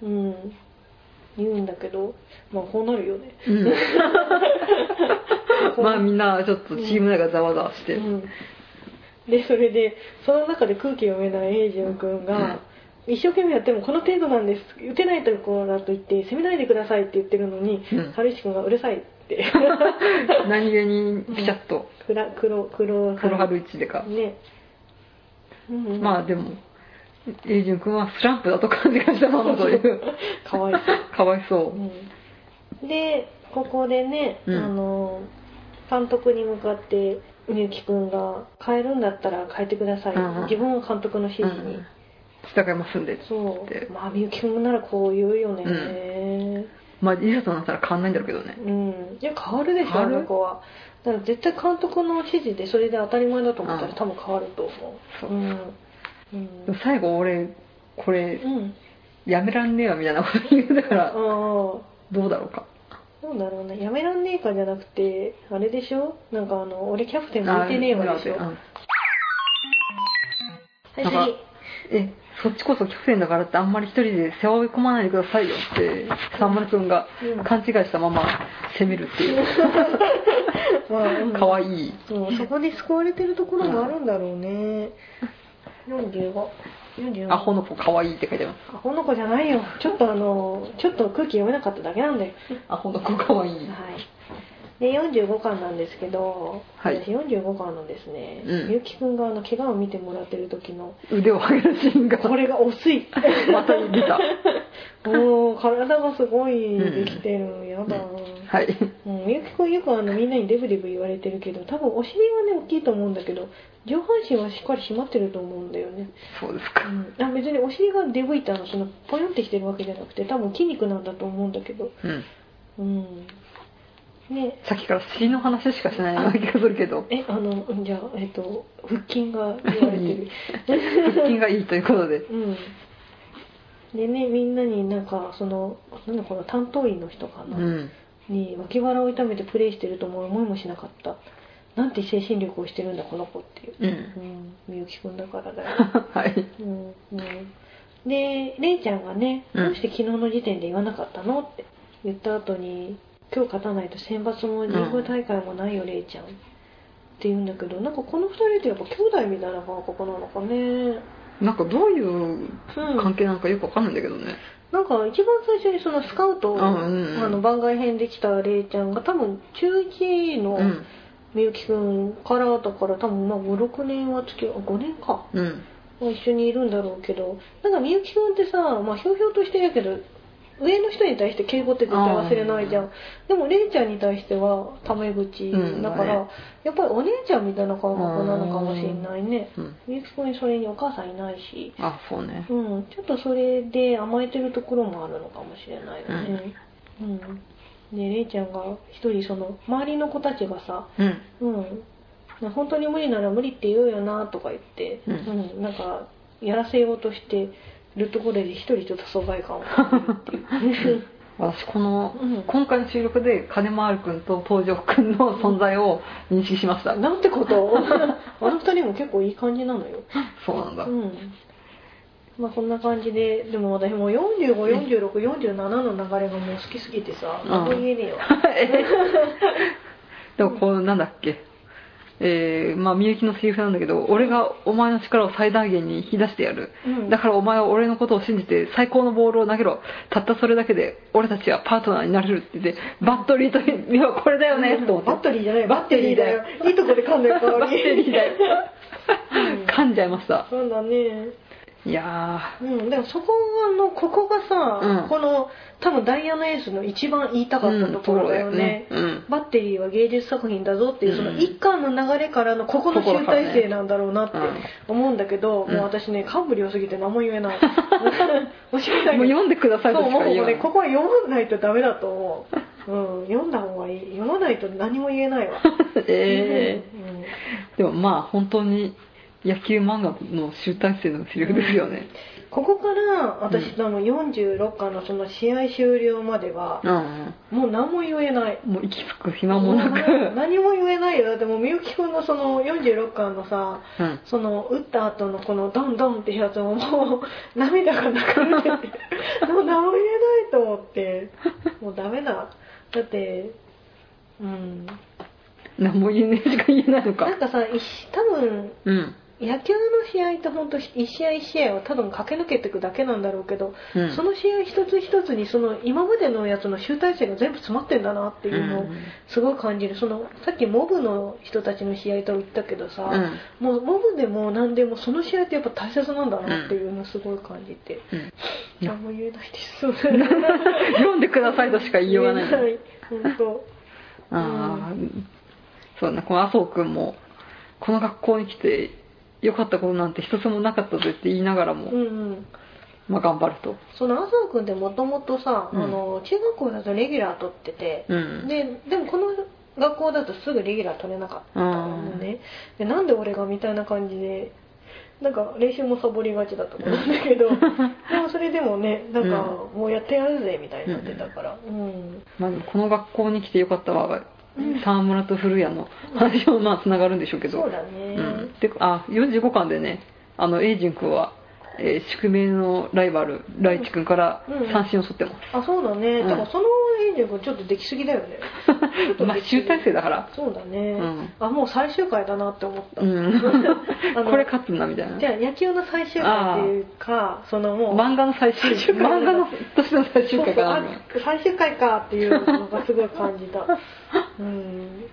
S2: うん、言うんだけど、まあ、こうなるよね。
S1: うん。
S2: こう
S1: まあみんなちょっとチーム内がざわざわして
S2: う
S1: る。
S2: ん、でそれでその中で空気読めない英二君が、一生懸命やってもこの程度なんです打てないところだと言って攻めないでくださいって言ってるのに
S1: うん
S2: 春石君がうるさいって
S1: 何気にピシャッと、
S2: 黒黒黒
S1: 黒春一でか。
S2: ね、うんうん
S1: まあでも、英順君はスランプだと感じがしたままという。
S2: かわいそ、
S1: かわいそうう。
S2: うんでここでね、
S1: うん
S2: あの監督に向かってみゆき君が変えるんだったら変えてください、
S1: うんうん
S2: 自分は監督の指
S1: う
S2: 示に、
S1: ん。従いますんで。
S2: そ
S1: って
S2: う。まあ、みゆきくんならこう言うよね。
S1: まあ、いざとなったら変わんないんだろうけどね。
S2: うん。いや、変わるでしょ、
S1: 変わ
S2: あ
S1: る
S2: の子は。だから絶対監督の指示でそれで当たり前だと思った
S1: う
S2: ら
S1: ん
S2: 多分変わると思う。
S1: そう
S2: うん。うん。
S1: でも最後俺、これ、
S2: うん。
S1: やめらんねえわみたいなこと言うだか
S2: ああ
S1: ら、
S2: ー。
S1: どうだろうか。
S2: なんだろうね。やめらんねえかじゃなくて、あれでしょなんかあの、俺キャプテン向いてねえわでしょ。
S1: あ
S2: は
S1: うん
S2: い、
S1: なんか
S2: 次。
S1: え、そっちこそキャプテンだからってあんまり一人で背負い込まないでくださいよって、三丸くんが
S2: うん
S1: 勘違いしたまま攻めるっていう、
S2: まあうん
S1: かわいい。
S2: うんそこで救われてるところもあるんだろうね。45。45。
S1: アホの子かわいいって書いてありま
S2: アホの子じゃないよ。ちょっとあの、ちょっと空気読めなかっただけなんだよ。
S1: す。アホの子かわいい。
S2: はい。で、45巻なんですけど、
S1: はい
S2: 私45巻のですね、
S1: うん
S2: みゆきくんがあの、怪我を見てもらってる時の、
S1: 腕を上げるシーンが、
S2: これが遅い。
S1: また出 た。
S2: もう、体がすごいできてる。やだ。
S1: はい。
S2: うん、みゆきくんよくあの、みんなにデブデブ言われてるけど、多分お尻はね、大きいと思うんだけど、上半身はしっかり締まってると思うんだよね。
S1: そうですか。
S2: うん、あ別にお尻が出向いたのそのポヨンってきてるわけじゃなくて多分筋肉なんだと思うんだけど
S1: うん。
S2: うんね
S1: さっきから尻の話しかしないような気がするけど、
S2: えあのうんじゃあえっと腹筋が言われてる
S1: 腹筋がいいということで。
S2: うんでねみんなになんかそのなんだこの担当員の人か
S1: う
S2: な、
S1: ん。
S2: に脇腹を痛めてプレイしてるとも思いもしなかったなんて精神力をしてるんだこの子っていう、
S1: うん
S2: う。ん、みゆきくんだからだよ
S1: はい。
S2: うんうんで、レイちゃんがね、
S1: うん
S2: どうして昨日の時点で言わなかったのって言った後に、今日勝たないと選抜も神宮大会もないよ、レイちゃん。って言うんだけど、なんかこの二人ってやっぱ兄弟みたいな感覚なのかね。
S1: なんかどういう
S2: うん
S1: 関係なのかよくわかんないんだけどね。
S2: なんか一番最初にそのスカウト
S1: う
S2: を、
S1: んうんうん
S2: あの番外編で来たレイちゃんが多分中1
S1: う
S2: の
S1: ん。
S2: みゆきくんからだから多分まあ5、6年は付き合う、5年か。
S1: うん。
S2: まあ一緒にいるんだろうけどなんかみゆきくんってさ、まあ、ひょうひょうとしてるけど上の人に対して敬語って絶対忘れないじゃんでもれいちゃんに対してはタメ口、
S1: うん
S2: だから、
S1: ね
S2: やっぱりお姉ちゃんみたいな感覚なのかもしれないね
S1: うん。
S2: みゆきくんにそれにお母さんいないし
S1: あ、そうね。
S2: うんちょっとそれで甘えてるところもあるのかもしれないよねうん、でれいちゃんが一人その周りの子たちがさ
S1: うん。
S2: うん、な本当に無理なら無理って言うよなとか言って、
S1: うん
S2: うんなんかやらせようとしてるところで一人ちょっと疎外感を感じるっていう。
S1: 私 この、
S2: うん
S1: 今回の収録で金回るくんと東条くんの存在を認識しました。
S2: なんてこと あの二人も結構いい感じなのよ。
S1: そうなん
S2: う
S1: だ。
S2: んまあこんな感じで、でも私もう45、46、47の流れがもう好きすぎてさ、
S1: うん
S2: 何も言えねえよ。
S1: でもこうなんだっけ。えー、まあみゆきのセリフなんだけど俺がお前の力を最大限に引き出してやる、
S2: うん
S1: だからお前は俺のことを信じて最高のボールを投げろたったそれだけで俺たちはパートナーになれるって言ってバットリーといはこれだよねと思って
S2: バッテリーじゃない、バッテリーだよ。いいとこで噛んだよ、代わり。
S1: バッテリーだよ
S2: うん
S1: 噛んじゃいました
S2: そうだね。
S1: いや
S2: うん、でもそこのここがさ、
S1: うん
S2: この多分ダイアナエースの一番言いた
S1: ー
S2: かったところだよね,、
S1: うんうん
S2: バッテリーは芸術作品だぞっていう
S1: うん
S2: その一巻の流れからのここの集大成なんだろうなって思うんだけど、
S1: うん
S2: もう私ね感無量すぎて何も言えない もうし
S1: もう
S2: ない
S1: 読んでくださ
S2: そ
S1: いと
S2: う
S1: し
S2: も
S1: か
S2: う
S1: 言わな
S2: ね
S1: い
S2: ここは読まないとダメだと思う、うん、読んだ方がいい読まないと何も言えないわ
S1: え
S2: うんうん
S1: ーでもまあ本当に野球漫画の集大成のセリフですよね
S2: ここから私、
S1: う
S2: あの46巻のその試合終了までは
S1: う、ん、
S2: もう何も言えない
S1: もう息つく暇もなく、
S2: もう 何も言えないよだってもうみゆきくんのその46巻のさ
S1: うん、
S2: その打った後のこのドンドンってやつももう 涙がな くなっててもう何も言えないと思ってもうダメだだってうん
S1: 何も言えねえしか言えないのか
S2: なんかさ一多分
S1: うん
S2: 野球の試合って本当一試合一試合は多分駆け抜けていくだけなんだろうけど、
S1: うん
S2: その試合一つ一つにその今までのやつの集大成が全部詰まってんだなっていうのを
S1: うん
S2: すごい感じるそのさっきモブの人たちの試合と言ったけどさ、
S1: うん
S2: もうモブでも何でもその試合ってやっぱ大切なんだなっていうのすごい感じて、
S1: うん
S2: 何も言えないです
S1: 読んでくださいとしか 言いようがない
S2: 言えない本当
S1: ああそうだなこの麻生君もこの学校に来て良かったことなんて一つもなかったぜって言いながらも、
S2: うんうん
S1: まあ頑張ると
S2: その麻生君ってもともとさ、
S1: うん
S2: あの中学校だとレギュラー取ってて、
S1: うん
S2: ででもこの学校だとすぐレギュラー取れなかったのねでなんで俺がみたいな感じでなんか練習もサボりがちだと思うんだけ どでもそれでもねなんか
S1: う
S2: もうやってやるぜみたいになってたから、うん
S1: まあでもこの学校に来て良かったは
S2: うん
S1: 沢村と古谷の話もまあつながるんでしょうけど
S2: そうだね、
S1: うん、であ45巻でねあのエイジン君は、えー宿命のライバルライチ君から
S2: うん
S1: 三振を取ってます、
S2: あそうだね、
S1: うん
S2: だからその演力ちょっとできすぎだよねちょっと
S1: まあ
S2: できすぎ
S1: 集大成だから
S2: そうだね、
S1: ん
S2: あもう最終回だなって思った、
S1: うん
S2: あの
S1: これ勝つなみたいな
S2: じゃあ野球の最終回っていうかそのもう
S1: 漫画の最終
S2: 最終回
S1: 漫画の年の最終回かなみたいな
S2: そうそうあ最終回かっていうのがすごい感じ たうん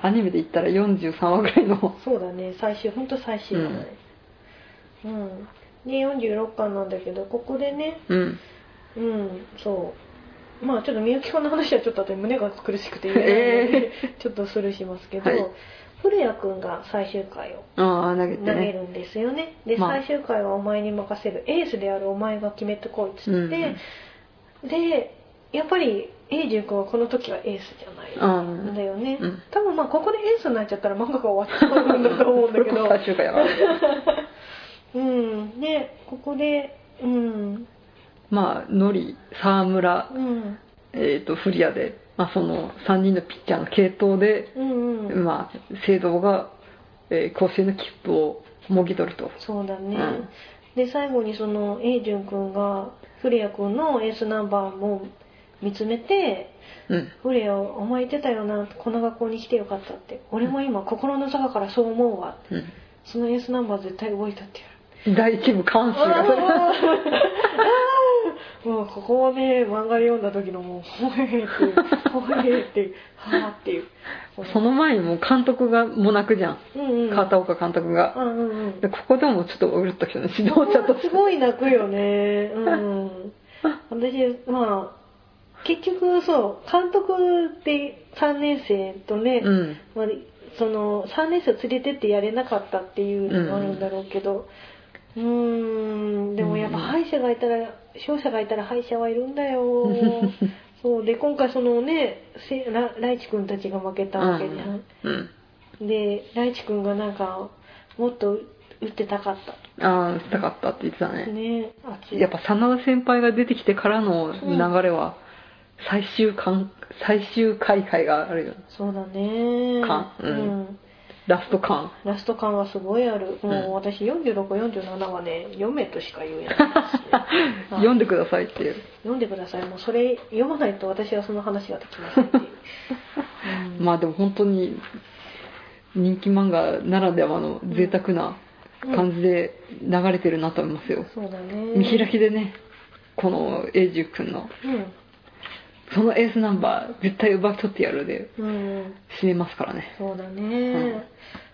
S1: アニメで言ったら43話ぐらいの
S2: そうだね最終本当最終だねうん、で46巻なんだけどここでね
S1: うん
S2: うんそうまあちょっとみゆきさんの話はちょっと後で胸が苦しくて言えないので、ちょっとスルーしますけど、
S1: はい
S2: 古谷君が最終回を
S1: ああ投げて
S2: 投
S1: ね
S2: げるんですよねで、
S1: まあ
S2: 最終回はお前に任せるエースであるお前が決めてこいっつって、
S1: うんうん
S2: でやっぱりエイジ君はこの時はエースじゃ
S1: う
S2: ないん
S1: ん
S2: だよね、
S1: うん
S2: 多分まあここでエースになっちゃったら漫画が終わっちゃうんだと思う
S1: そ
S2: んだ
S1: れ
S2: け
S1: こそ
S2: ど
S1: 最終回だから
S2: うんでここでうん
S1: まあノリ沢村
S2: うん
S1: えっ、とフリアで、まあ、その3人のピッチャーの系統で、
S2: うんうん
S1: まあ聖堂が、えー甲子園の切符をもぎ取ると
S2: そうだね、
S1: うん
S2: で最後にそのエイジュン君が古谷君のエースナンバーも見つめて
S1: うん
S2: フレアお前言ってたよなこの学校に来てよかったって俺も今心の底からそう思うわ
S1: う
S2: そのエースナンバー絶対動いたってや
S1: ん第一部関数が
S2: る もうここをね漫画で読んだ時のもうほえーっていうほえーっていうはあっていう
S1: その前にもう監督がもう泣くじゃん、
S2: うんうん
S1: 片岡監督が、
S2: うんうんうん
S1: でここでもちょっとうるっときたね指導者とし
S2: す
S1: て
S2: ごい泣くよねうん私まあ結局そう監督って3年生とね、
S1: うん
S2: まあ、その3年生を連れてってやれなかったっていうのもあるんだろうけどうーんでもやっぱ敗者がいたら勝者がいたら敗者はいるんだ よそうで今回そのねせら来地君たちが負けたわけじゃん、
S1: うん
S2: で来地君がなんかもっと打ってたかっ
S1: ああしたかったって言ってた
S2: た
S1: ね
S2: ね熱い
S1: やっぱ真田先輩が出てきてからの流れは最終巻最終開会があるよね
S2: そうだね
S1: 感う
S2: うんん
S1: ラスト感
S2: ラスト感はすごいある。も
S1: う
S2: う
S1: ん
S2: 私46、47はね、読めとしか言え ないですね。
S1: 読んでくださいっていう
S2: 読んでくださいもうそれ読まないと私はその話ができませ んっていう、うん
S1: まあでも本当に人気漫画ならではの贅沢な感じで流れてるなと思いますよ、
S2: そうだね
S1: 見開きでねこの永住君の
S2: うん
S1: そのエースナンバー絶対奪い取ってやるで
S2: うん
S1: 死ねますからね
S2: そうだね、
S1: ん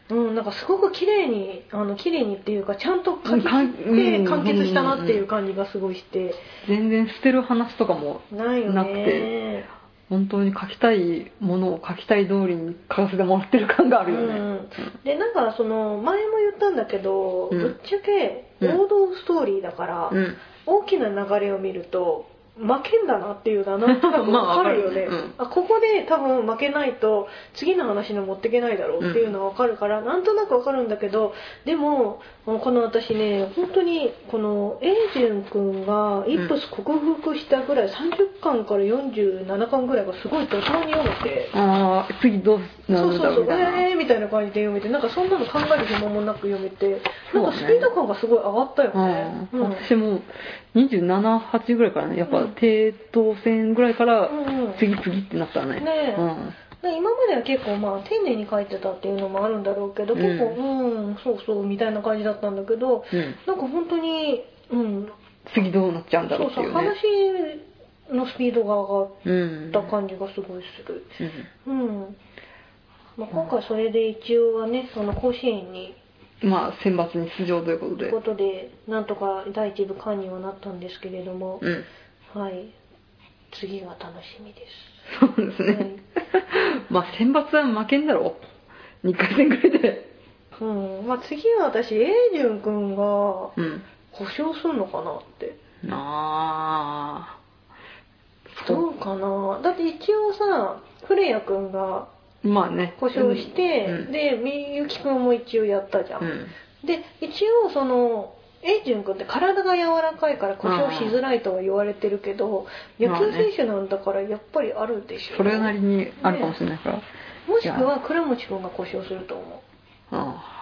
S2: うん、なんかすごく綺麗にあの綺麗にっていうかちゃんと書き切
S1: かん
S2: って
S1: うん
S2: 完結したなっていう感じがすごいして
S1: 全然捨てる話とかも
S2: ないよ
S1: なく
S2: ね
S1: て本当に書きたいものを書きたい通りに書かせてもらってる感があるよね、
S2: うんでなんかその前も言ったんだけど、
S1: うん
S2: ぶっちゃけ
S1: うん
S2: 王道ストーリーだから、
S1: うん
S2: 大きな流れを見ると負けんだなっていうのはなんと なく
S1: まあ
S2: わかるよね、
S1: わかるね
S2: あここで多分負けないと次の話に持っていけないだろうっていうのはわかるから、なんとなくわかるんだけどでもこの私ね本当にこのエイジュン君がイップス克服したぐらい、30巻から47巻ぐらいがすごい怒涛に読めて。
S1: ああ次どうな
S2: そう
S1: るんだ
S2: そ
S1: ろ
S2: うそうう、
S1: みたいな
S2: えーみたいな感じで読めて、なんかそんなの考える暇もなく読めて、なんかスピード感がすごい上がったよね。
S1: う
S2: うんん
S1: 私も278ぐらいからねやっぱ低等戦ぐらいから
S2: うんうん
S1: 次々ってなったね
S2: ねえ
S1: うん
S2: で今までは結構まあ丁寧に書いてたっていうのもあるんだろうけど、
S1: うん
S2: 結構うん、そうそうみたいな感じだったんだけど、
S1: うん
S2: なんか本当にうん、
S1: 次どうなっちゃうん
S2: そ
S1: だろう
S2: う
S1: って
S2: そ
S1: いううね
S2: 話のスピードが上が
S1: うん
S2: った感じがすごいする。
S1: うん
S2: うん。まあ、今回それで一応はね、その甲子園に
S1: まあ選抜に出場ということ
S2: とい
S1: で
S2: うことで、なんとか第一部間にはなったんですけれども、
S1: うん
S2: はい。次が楽しみです。
S1: そうですね、まあ選抜は負けんだろう2回戦ぐらいで
S2: うん。まあ、次は私、エイジュン君が
S1: うん
S2: 保証するのかなって。
S1: ああ
S2: どうかなだって一応さ、フレヤ君が
S1: まあね
S2: 保証して、
S1: うん
S2: で、みゆき君も一応やったじゃん。
S1: うん
S2: で、一応その、エイジュン君って体が柔らかいから故障しづらいとは言われてるけど、
S1: うん
S2: 野球選手なんだからやっぱりあるでしょ。
S1: それなりにあるかもしれないから、
S2: もしくは倉持君が故障すると思う。
S1: ああ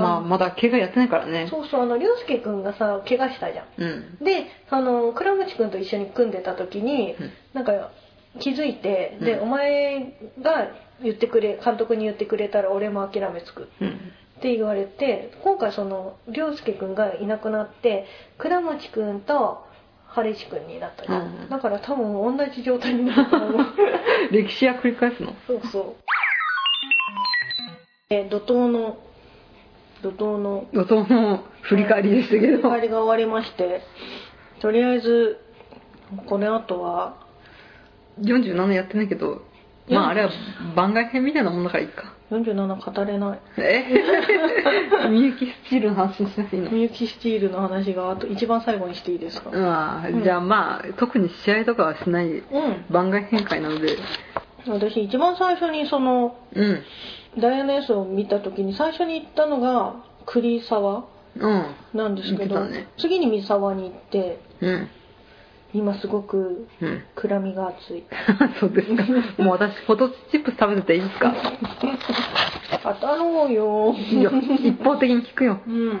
S1: まあまだ怪我やってないからね
S2: そうそう、あの、涼介くんがさ、怪我したじゃん。
S1: うん
S2: で、あの、倉持くんと一緒に組んでた時に、
S1: うん
S2: なんか、気づいて、で、
S1: うん
S2: お前が言ってくれ、監督に言ってくれたら俺も諦めつく
S1: うん
S2: って言われて、今回その、涼介くんがいなくなって、倉持くんと、晴地くんになったじゃん。
S1: うん
S2: だから多分同じ状態になると思う。
S1: 歴史は繰り返すの
S2: そうそう。え、怒涛の、怒涛の
S1: 予想の振り返りでしたけ
S2: 振り
S1: ど、
S2: 返りが終わりましてとりあえずこの後は
S1: 47やってないけどまああれは番外編みたいなもんだからいいか
S2: 47語れない
S1: えみゆきスチールの話しなくていいの
S2: みゆきスチールの話があと一番最後にしていいですか
S1: うわじゃあまあ特に試合とかはしない
S2: うん
S1: 番外編会なので
S2: 私一番最初にその
S1: うん
S2: ダイアナエースを見た時に最初に行ったのが栗沢
S1: うん
S2: なんですけ
S1: 行
S2: ど、
S1: ってたね
S2: 次に三沢に行って
S1: うん
S2: 今すごく
S1: うん
S2: 暗みが熱い
S1: そうですかもう私ポテトチップス食べてていいですか
S2: 当たろうよ
S1: いや一方的に聞くよ
S2: うん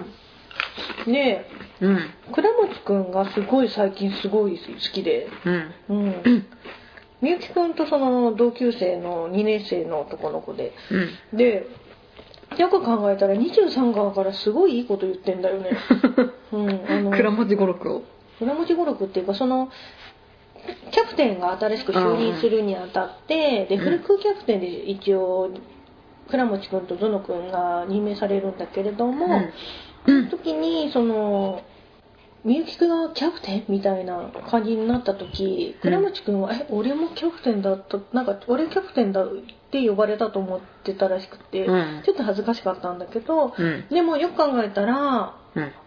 S2: ねえ
S1: うん
S2: 倉持くんがすごい最近すごい好きで
S1: うん
S2: うんみゆきくんとその同級生の2年生の男の子で
S1: うん
S2: でよく考えたら23巻からすごいいいこと言ってん だよねうんあの
S1: 倉持五六を
S2: 倉持五六っていうかそのキャプテンが新しく就任するにあたって、で
S1: うん
S2: 古くキャプテンで一応倉持くんとゾノくんが任命されるんだけれども、
S1: う
S2: その
S1: ん
S2: 時にそのみゆきくんがキャプテンみたいな感じになった時
S1: うん
S2: 倉持くんは「え俺もキャプテンだったなんか俺キャプテンだ」って呼ばれたと思ってたらしくて、
S1: うん
S2: ちょっと恥ずかしかったんだけど、
S1: うん
S2: でもよく考えたら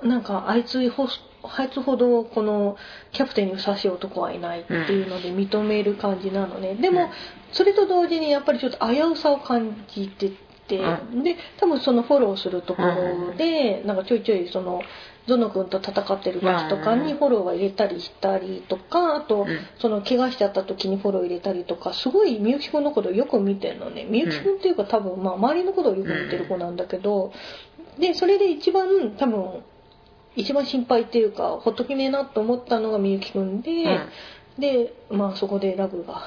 S1: うん
S2: なんかあいつほあいつほどこのキャプテンにふさわしい男はいないっていうので認める感じなのね、で
S1: う
S2: も
S1: ん
S2: それと同時にやっぱりちょっと危うさを感じてて、
S1: う
S2: で多分そのフォローするところで、なんかちょいちょいそのゾノ君と戦ってる時とかにフォローは入れたりしたりとかあ
S1: う
S2: と、
S1: ん
S2: その怪我しちゃった時にフォロー入れたりとかすごいみゆきくんのことをよく見てるのねみゆきくんっていうか多分まあ周りのことをよく見てる子なんだけど、でそれで一番多分一番心配っていうかほっとけねえなと思ったのがみゆきくんで、でまあそこでラグが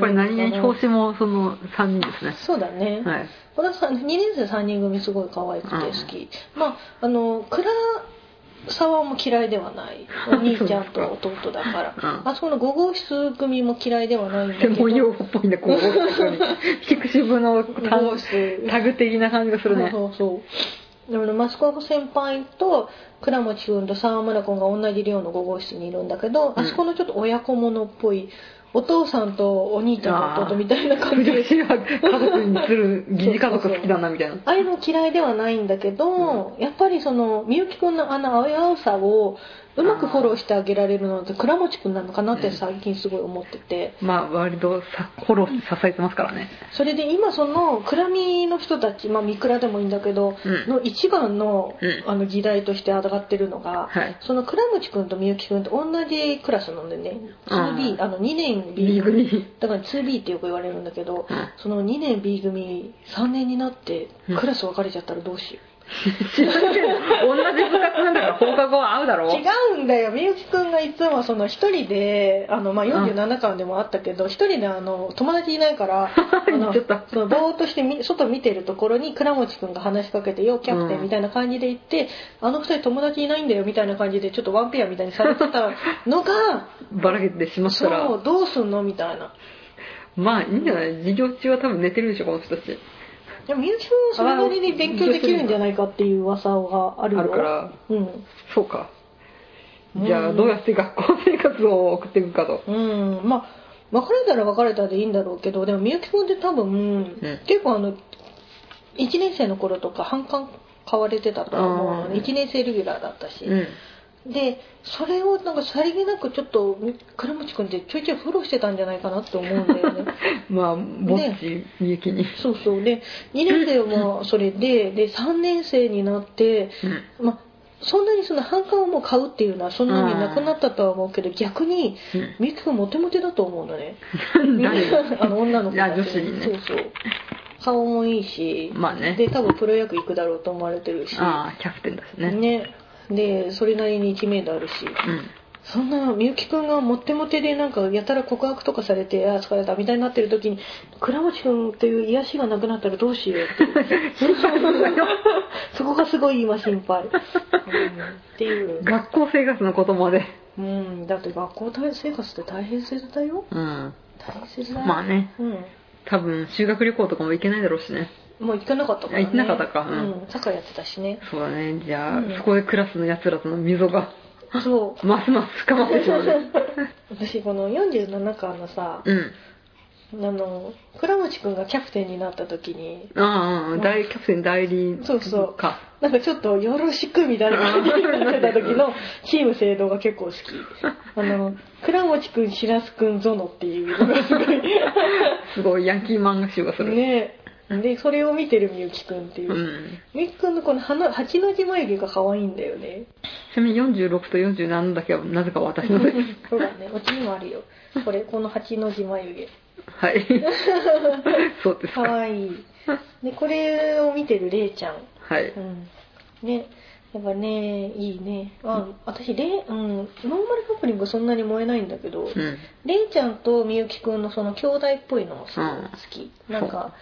S1: これ何気に表紙もその3人ですね
S2: そうだね、
S1: はい
S2: これはさ2年生3人組すごい可愛くて好き、まああの倉沢も嫌いで はないお兄ちゃんと弟だから
S1: うん
S2: あそこの5号室組も嫌いではないんだけ
S1: 専
S2: ど
S1: 門用語っぽいね、こう、ピクシブのタ
S2: 5号
S1: グ
S2: 室
S1: タグ的な感じがするね。
S2: そうそうそうでもねマスコフ先輩と倉持君と沢村君が同じ寮の5号室にいるんだけど、
S1: うん
S2: あそこのちょっと親子者っぽいお父さんとお兄ちゃんの弟みたいな
S1: 女
S2: 感じ
S1: 子は家族にする疑似家族好きだな、みたいな。
S2: ああいうの嫌いではないんだけど、やっぱりそのみゆきくんのあの青々さをうまくフォローしてあげられるのって倉持くんなのかなって最近すごい思ってて、
S1: まあ、割とさ、フォローして支えてますからね。
S2: それで今その暗闇の人たちまあ三倉でもいいんだけど
S1: うん。
S2: の一番の,、
S1: うん
S2: あの議題として上がってるのが、
S1: はい。
S2: その倉持くんとみゆきくんと同じクラスなんでね 2B あの2年 B
S1: リーグ
S2: 組
S1: に。
S2: だから 2B ってよく言われるんだけど
S1: うん
S2: その2年 B 組3年になって
S1: うん
S2: クラス分かれちゃったらどうしよ
S1: 知らんけど、同じ部活なんだから放課後は会うだ
S2: う、
S1: ろ
S2: 違うんだよみゆきくんがいつもその1人であの、まあ、47巻でもあったけど1人であの友達いないから あの
S1: ちょっと
S2: そのぼーっとしてみ外見てるところに倉持くんが話しかけて「ようキャプテ
S1: う
S2: ン」
S1: ん
S2: みたいな感じで言って「あの2人友達いないんだよ」みたいな感じでちょっとワンペアみたいにされてたの が
S1: ばらけてしまったら
S2: そ。うどうすんのみたいな
S1: まあ、いいんじゃない授業中は多分寝てるでしょ、この人たち。
S2: でもみゆきくんはそれなりに勉強できるんじゃないかっていう噂があ
S1: あ
S2: るよ
S1: るから、
S2: うん
S1: そうか。じゃあ、
S2: うん
S1: どうやって学校生活を送っていくかと。
S2: うんまあ別れたら別れたでいいんだろうけどでもみゆきくんって多分、結構あの1年生の頃とか反感買われてたと思うのね
S1: うん
S2: 1年生レギュラーだったし、
S1: うん。
S2: でそれをなんかさりげなくちょっと倉持くんってちょいちょいフォローしてたんじゃないかなって思うんだ よね
S1: まあ、ぼっち、家気に。
S2: そうそうで2年生もそれでで3年生になって
S1: うん。
S2: まあそんなにその反感をもう買うっていうのはそんなになくなったとは思うけど逆に
S1: う
S2: みゆきくんモテモテだと思うのね
S1: ん誰が
S2: あの女の子
S1: いや女子にね
S2: そうそう顔もいいし、
S1: まあね
S2: で多分プロ野球行くだろうと思われてるし
S1: ああキャプテンだしね
S2: ねでそれなりに知名度あるし
S1: うん
S2: そんなみゆきくんがモテモテでなんかやたら告白とかされてああ疲れたみたいになってる時に倉持くんっていう癒しがなくなったらどうしようっていう そこがすごい今心 配、うんっていう
S1: 学校生活のことまで
S2: うんだって学校生活って大変切だよ
S1: うん
S2: 大切だよ
S1: まあね
S2: うん
S1: 多分修学旅行とかも行けないだろうしね
S2: もう行かなかったから、ね、
S1: 行ってなかったか
S2: う
S1: うんん、
S2: サッカーやってたしね
S1: そうだねじゃあ、
S2: うん
S1: そこでクラスのやつらとの溝が
S2: そう
S1: ますます深まってしまうね
S2: 私この47巻のさ、
S1: うん
S2: あの倉持くんがキャプテンになった時に
S1: ああうん大キャプテン代理
S2: そうそう
S1: か
S2: なんかちょっとよろしくみたいな感じになってた時のチーム制度が結構好きあの倉持くん白洲くんゾノっていうのがす
S1: すごいヤンキー漫画集がす
S2: ご
S1: る、
S2: いねでそれを見てるみゆきくんっていううんみゆきくんのこの鼻八の字眉毛が可愛いんだよね
S1: ちなみに46と47だけはなぜか私のです
S2: そうだねうちにもあるよこれこの八の字眉毛
S1: はい そうです
S2: か
S1: か
S2: わいいでこれを見てるれいちゃん
S1: はい、
S2: うんねやっぱねいいねあ私れい、うん、ノーマルカップリングそんなに燃えないんだけ
S1: う
S2: ど、
S1: ん、
S2: れいちゃんとみゆきくんのその兄弟っぽいのもすごい好き、
S1: うん
S2: なんか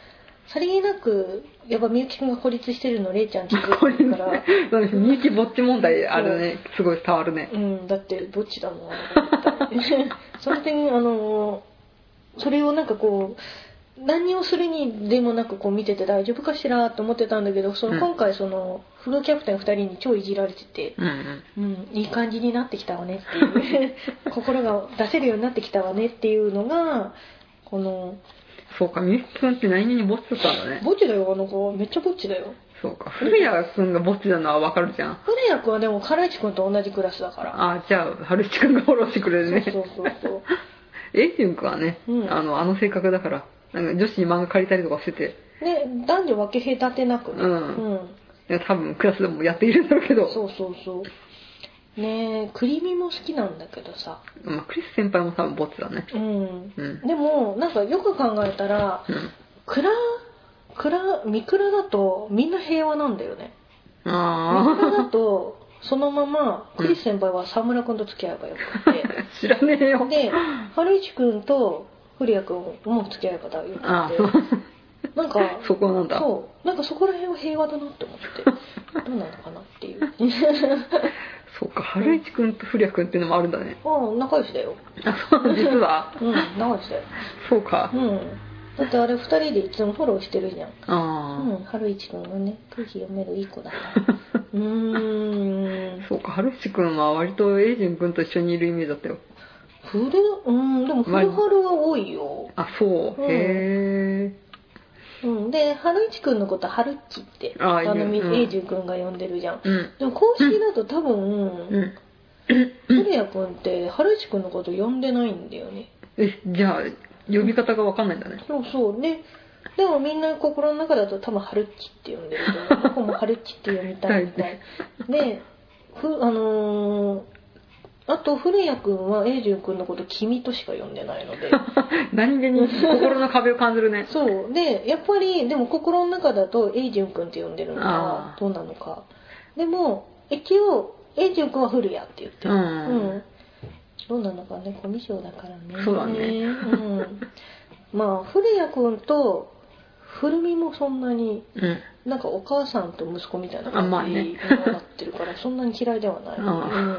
S2: さりげなくやっぱみゆきくんが孤立してるのれいちゃん気づ
S1: これ
S2: いて る
S1: ね
S2: から、
S1: そうです人気ぼっち問題あるねすごい伝わるね
S2: うんだってどっちだもんその点あのそれをなんかこう何をするにでもなくこう見てて大丈夫かしらと思ってたんだけどその
S1: うん
S2: 今回そのフルキャプテン2人に超いじられてて、
S1: うんうん
S2: うん、いい感じになってきたわねっていう心が出せるようになってきたわねっていうのがこの
S1: そうかみゆきくんって何気にぼっちだったんだね
S2: ぼっちだよあの子めっちゃぼっちだよ
S1: そうか古谷くんがぼっちなのはわかるじゃん
S2: 古谷君はでも唐市君と同じクラスだから
S1: あじゃあ春一くんがフォローしてくれる
S2: そう
S1: ね
S2: そうそうそう
S1: えいじゅんくんはね、
S2: うん
S1: あのあの性格だからなんか女子に漫画借りたりとかしてて
S2: で男女分け隔てなくね
S1: うん
S2: うん
S1: いや多分クラスでもやっているんだろうけど
S2: そうそうそうねえクリミも好きなんだけどさ
S1: まあ、クリス先輩も多分ぼっちだね
S2: うん
S1: うん
S2: でもなんかよく考えたら
S1: うん
S2: 蔵蔵三倉だとみんな平和なんだよね三
S1: あ
S2: 倉だとそのままクリス先輩は沢村君と付き合えばよくって
S1: あ知ら ねえよ
S2: で春一君と古谷君も付き合えばだよ
S1: ああ
S2: くってなんか
S1: そそこはなんだ
S2: そうなんかそこら辺は平和だなって思ってどうなのかなっていう
S1: そうか春一君と古谷君っていうのもあるんだね
S2: うん仲良しだよ
S1: あそう実は
S2: うん仲良しだよ
S1: そうか
S2: うんだってあれ二人でいつもフォローしてるじゃん
S1: あ
S2: うん春一くんのね空気読めるいい子だから うーん
S1: あそうか春一君は割とエイジン君と一緒にいるイメージだったよ
S2: 古うんでも古春は多いよ、
S1: あそう、
S2: うん
S1: へえ
S2: うん、で春一くんのことは春っちって
S1: あーいいね
S2: の
S1: うん
S2: 英樹くんが呼んでるじゃん
S1: うん
S2: でも公式だと多分、
S1: うん
S2: 古谷くんって春一くんのこと呼んでないんだよね
S1: えじゃあ呼び方がわかんないんだね
S2: そうそうねでもみんな心の中だと多分春っちって呼んでると思う僕も春っちって呼びたいみたいでふあのーあと古谷くんは英樹くんのこと君としか呼んでな いので
S1: 何気に心の壁を感じるね
S2: そうでやっぱりでも心の中だと英純くんって呼んでるの
S1: あ
S2: か
S1: ー
S2: どうなのかでも一応英純くんは古谷って言って
S1: う
S2: る
S1: ん、
S2: うんどうなのかねコミュ障だからね
S1: そうだね
S2: うん、まあ古谷くんと古見もそんなに
S1: うん
S2: なんかお母さんと息子みたいな
S1: あまあ
S2: 感じ
S1: ね
S2: になってるからそんなに嫌いではない、
S1: あ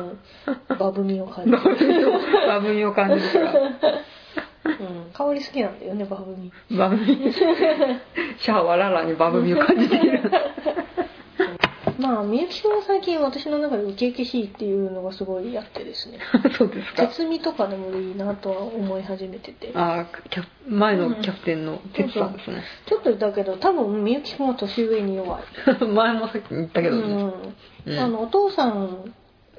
S2: うん、バブみを感じ
S1: バ
S2: る、
S1: ブミをバブミを感じるから
S2: うん、香り好きなんだよねバブみ
S1: バブミ シャアはララにバブミを感じている
S2: まあみゆきさんは最近私の中でウキウキしいっていうのがすごいあってですね
S1: そうですか
S2: 絶みとかでもいいなとは思い始めてて
S1: あーキャ前のキャプテンの哲さんですね、
S2: ちょっとだけど多分みゆきくんは年上に弱い
S1: 前もさっき言ったけどね、
S2: う、
S1: うんん
S2: あのお父さん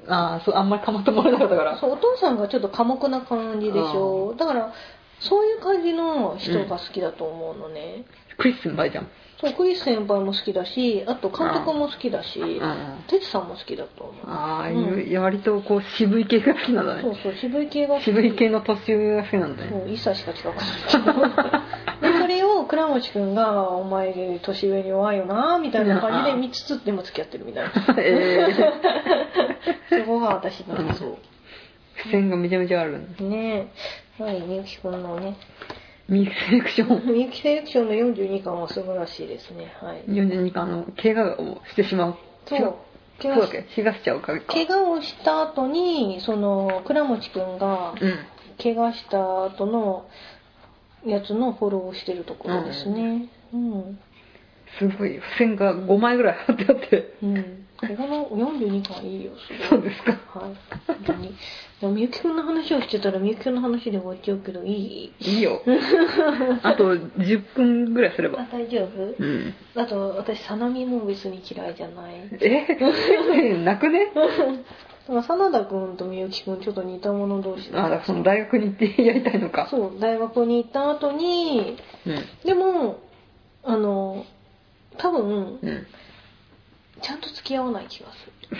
S1: ああそうあんまりかまってもらえなかったから
S2: そうお父さんがちょっと寡黙な感じでしょだからそういう感じの人が好きだと思うのね、
S1: クリスティンバイじゃん
S2: そうクリス先輩も好きだしあと監督も好きだし
S1: あ
S2: テツさんも好きだと思う
S1: ああい
S2: うん
S1: う、割とこう渋い系が好きなんだ
S2: そう
S1: ね
S2: そう渋い系が好き
S1: 渋い系の年上が好きなんだね
S2: もう一切しか違う からでそれを倉持くんが「お前年上に弱いよな」みたいな感じで見つつでも付き合ってるみたいな
S1: え
S2: そこが私の 理想
S1: ー、付箋がめちゃめちゃあるね
S2: ねえはいみゆきくんのね
S1: ミキセレクション
S2: みゆきセレクションの42巻は素晴らしいですねはい
S1: 42巻の怪我をしてしまう
S2: そう
S1: 違うそうだっけ怪我しちゃうからか
S2: 怪我をした後にその倉持くんが
S1: うん
S2: 怪我した後のやつのフォローをしてるところですねうん、
S1: すごい付箋が5枚ぐらい貼ってあって
S2: うん、怪我の42巻いいよすごい
S1: そうですか
S2: はい。本当に。でもみゆきくんの話をしてたらみゆきくんの話で終わっちゃうけど、いい
S1: いいよあと10分ぐらいすれ
S2: あ
S1: ば、
S2: 大丈夫
S1: うん
S2: あと、私、さなみも別に嫌いじゃない。
S1: えなくね
S2: まあ、さなだくんとみゆきくん、ちょっと似た者同士
S1: あだからその大学に行ってやりたいのか
S2: そう、大学に行った後に、
S1: うん
S2: でも、あの、多分、
S1: うん
S2: ちゃんと付き合わない気がす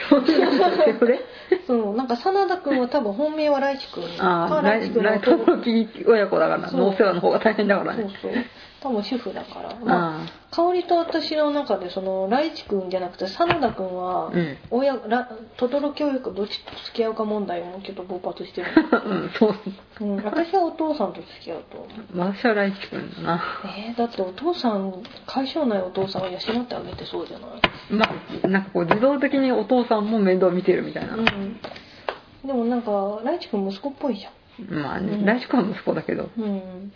S1: そうなんだよね
S2: る。そう、なんか、さなだくんは多分、本命はライチくん
S1: あ
S2: か、
S1: あ
S2: ライ
S1: 来
S2: チくんの
S1: 来
S2: 弟
S1: 友樹親子だからな
S2: そう
S1: のお世話の方が大変だから
S2: そう
S1: ね
S2: そう。多分、主婦だから。まあ
S1: あ
S2: 香りと私の中でそのライチ君じゃなくて真田君
S1: あ
S2: は
S1: うん
S2: 親らトトロ教育どっちと付き合うか問題もちょっと勃発してる、
S1: うんそう
S2: うん、私はお父さんと付き合うと思う
S1: マシャライチ君だな
S2: えー、だってお父さん解消ないお父さんは養ってあげてそうじゃない
S1: まあなんかこう自動的にお父さんも面倒見てるみたいな、
S2: うんでもなんかライチ君息子っぽいじゃん
S1: まあ
S2: う
S1: ね
S2: ん
S1: 来週は息子だけど
S2: うん、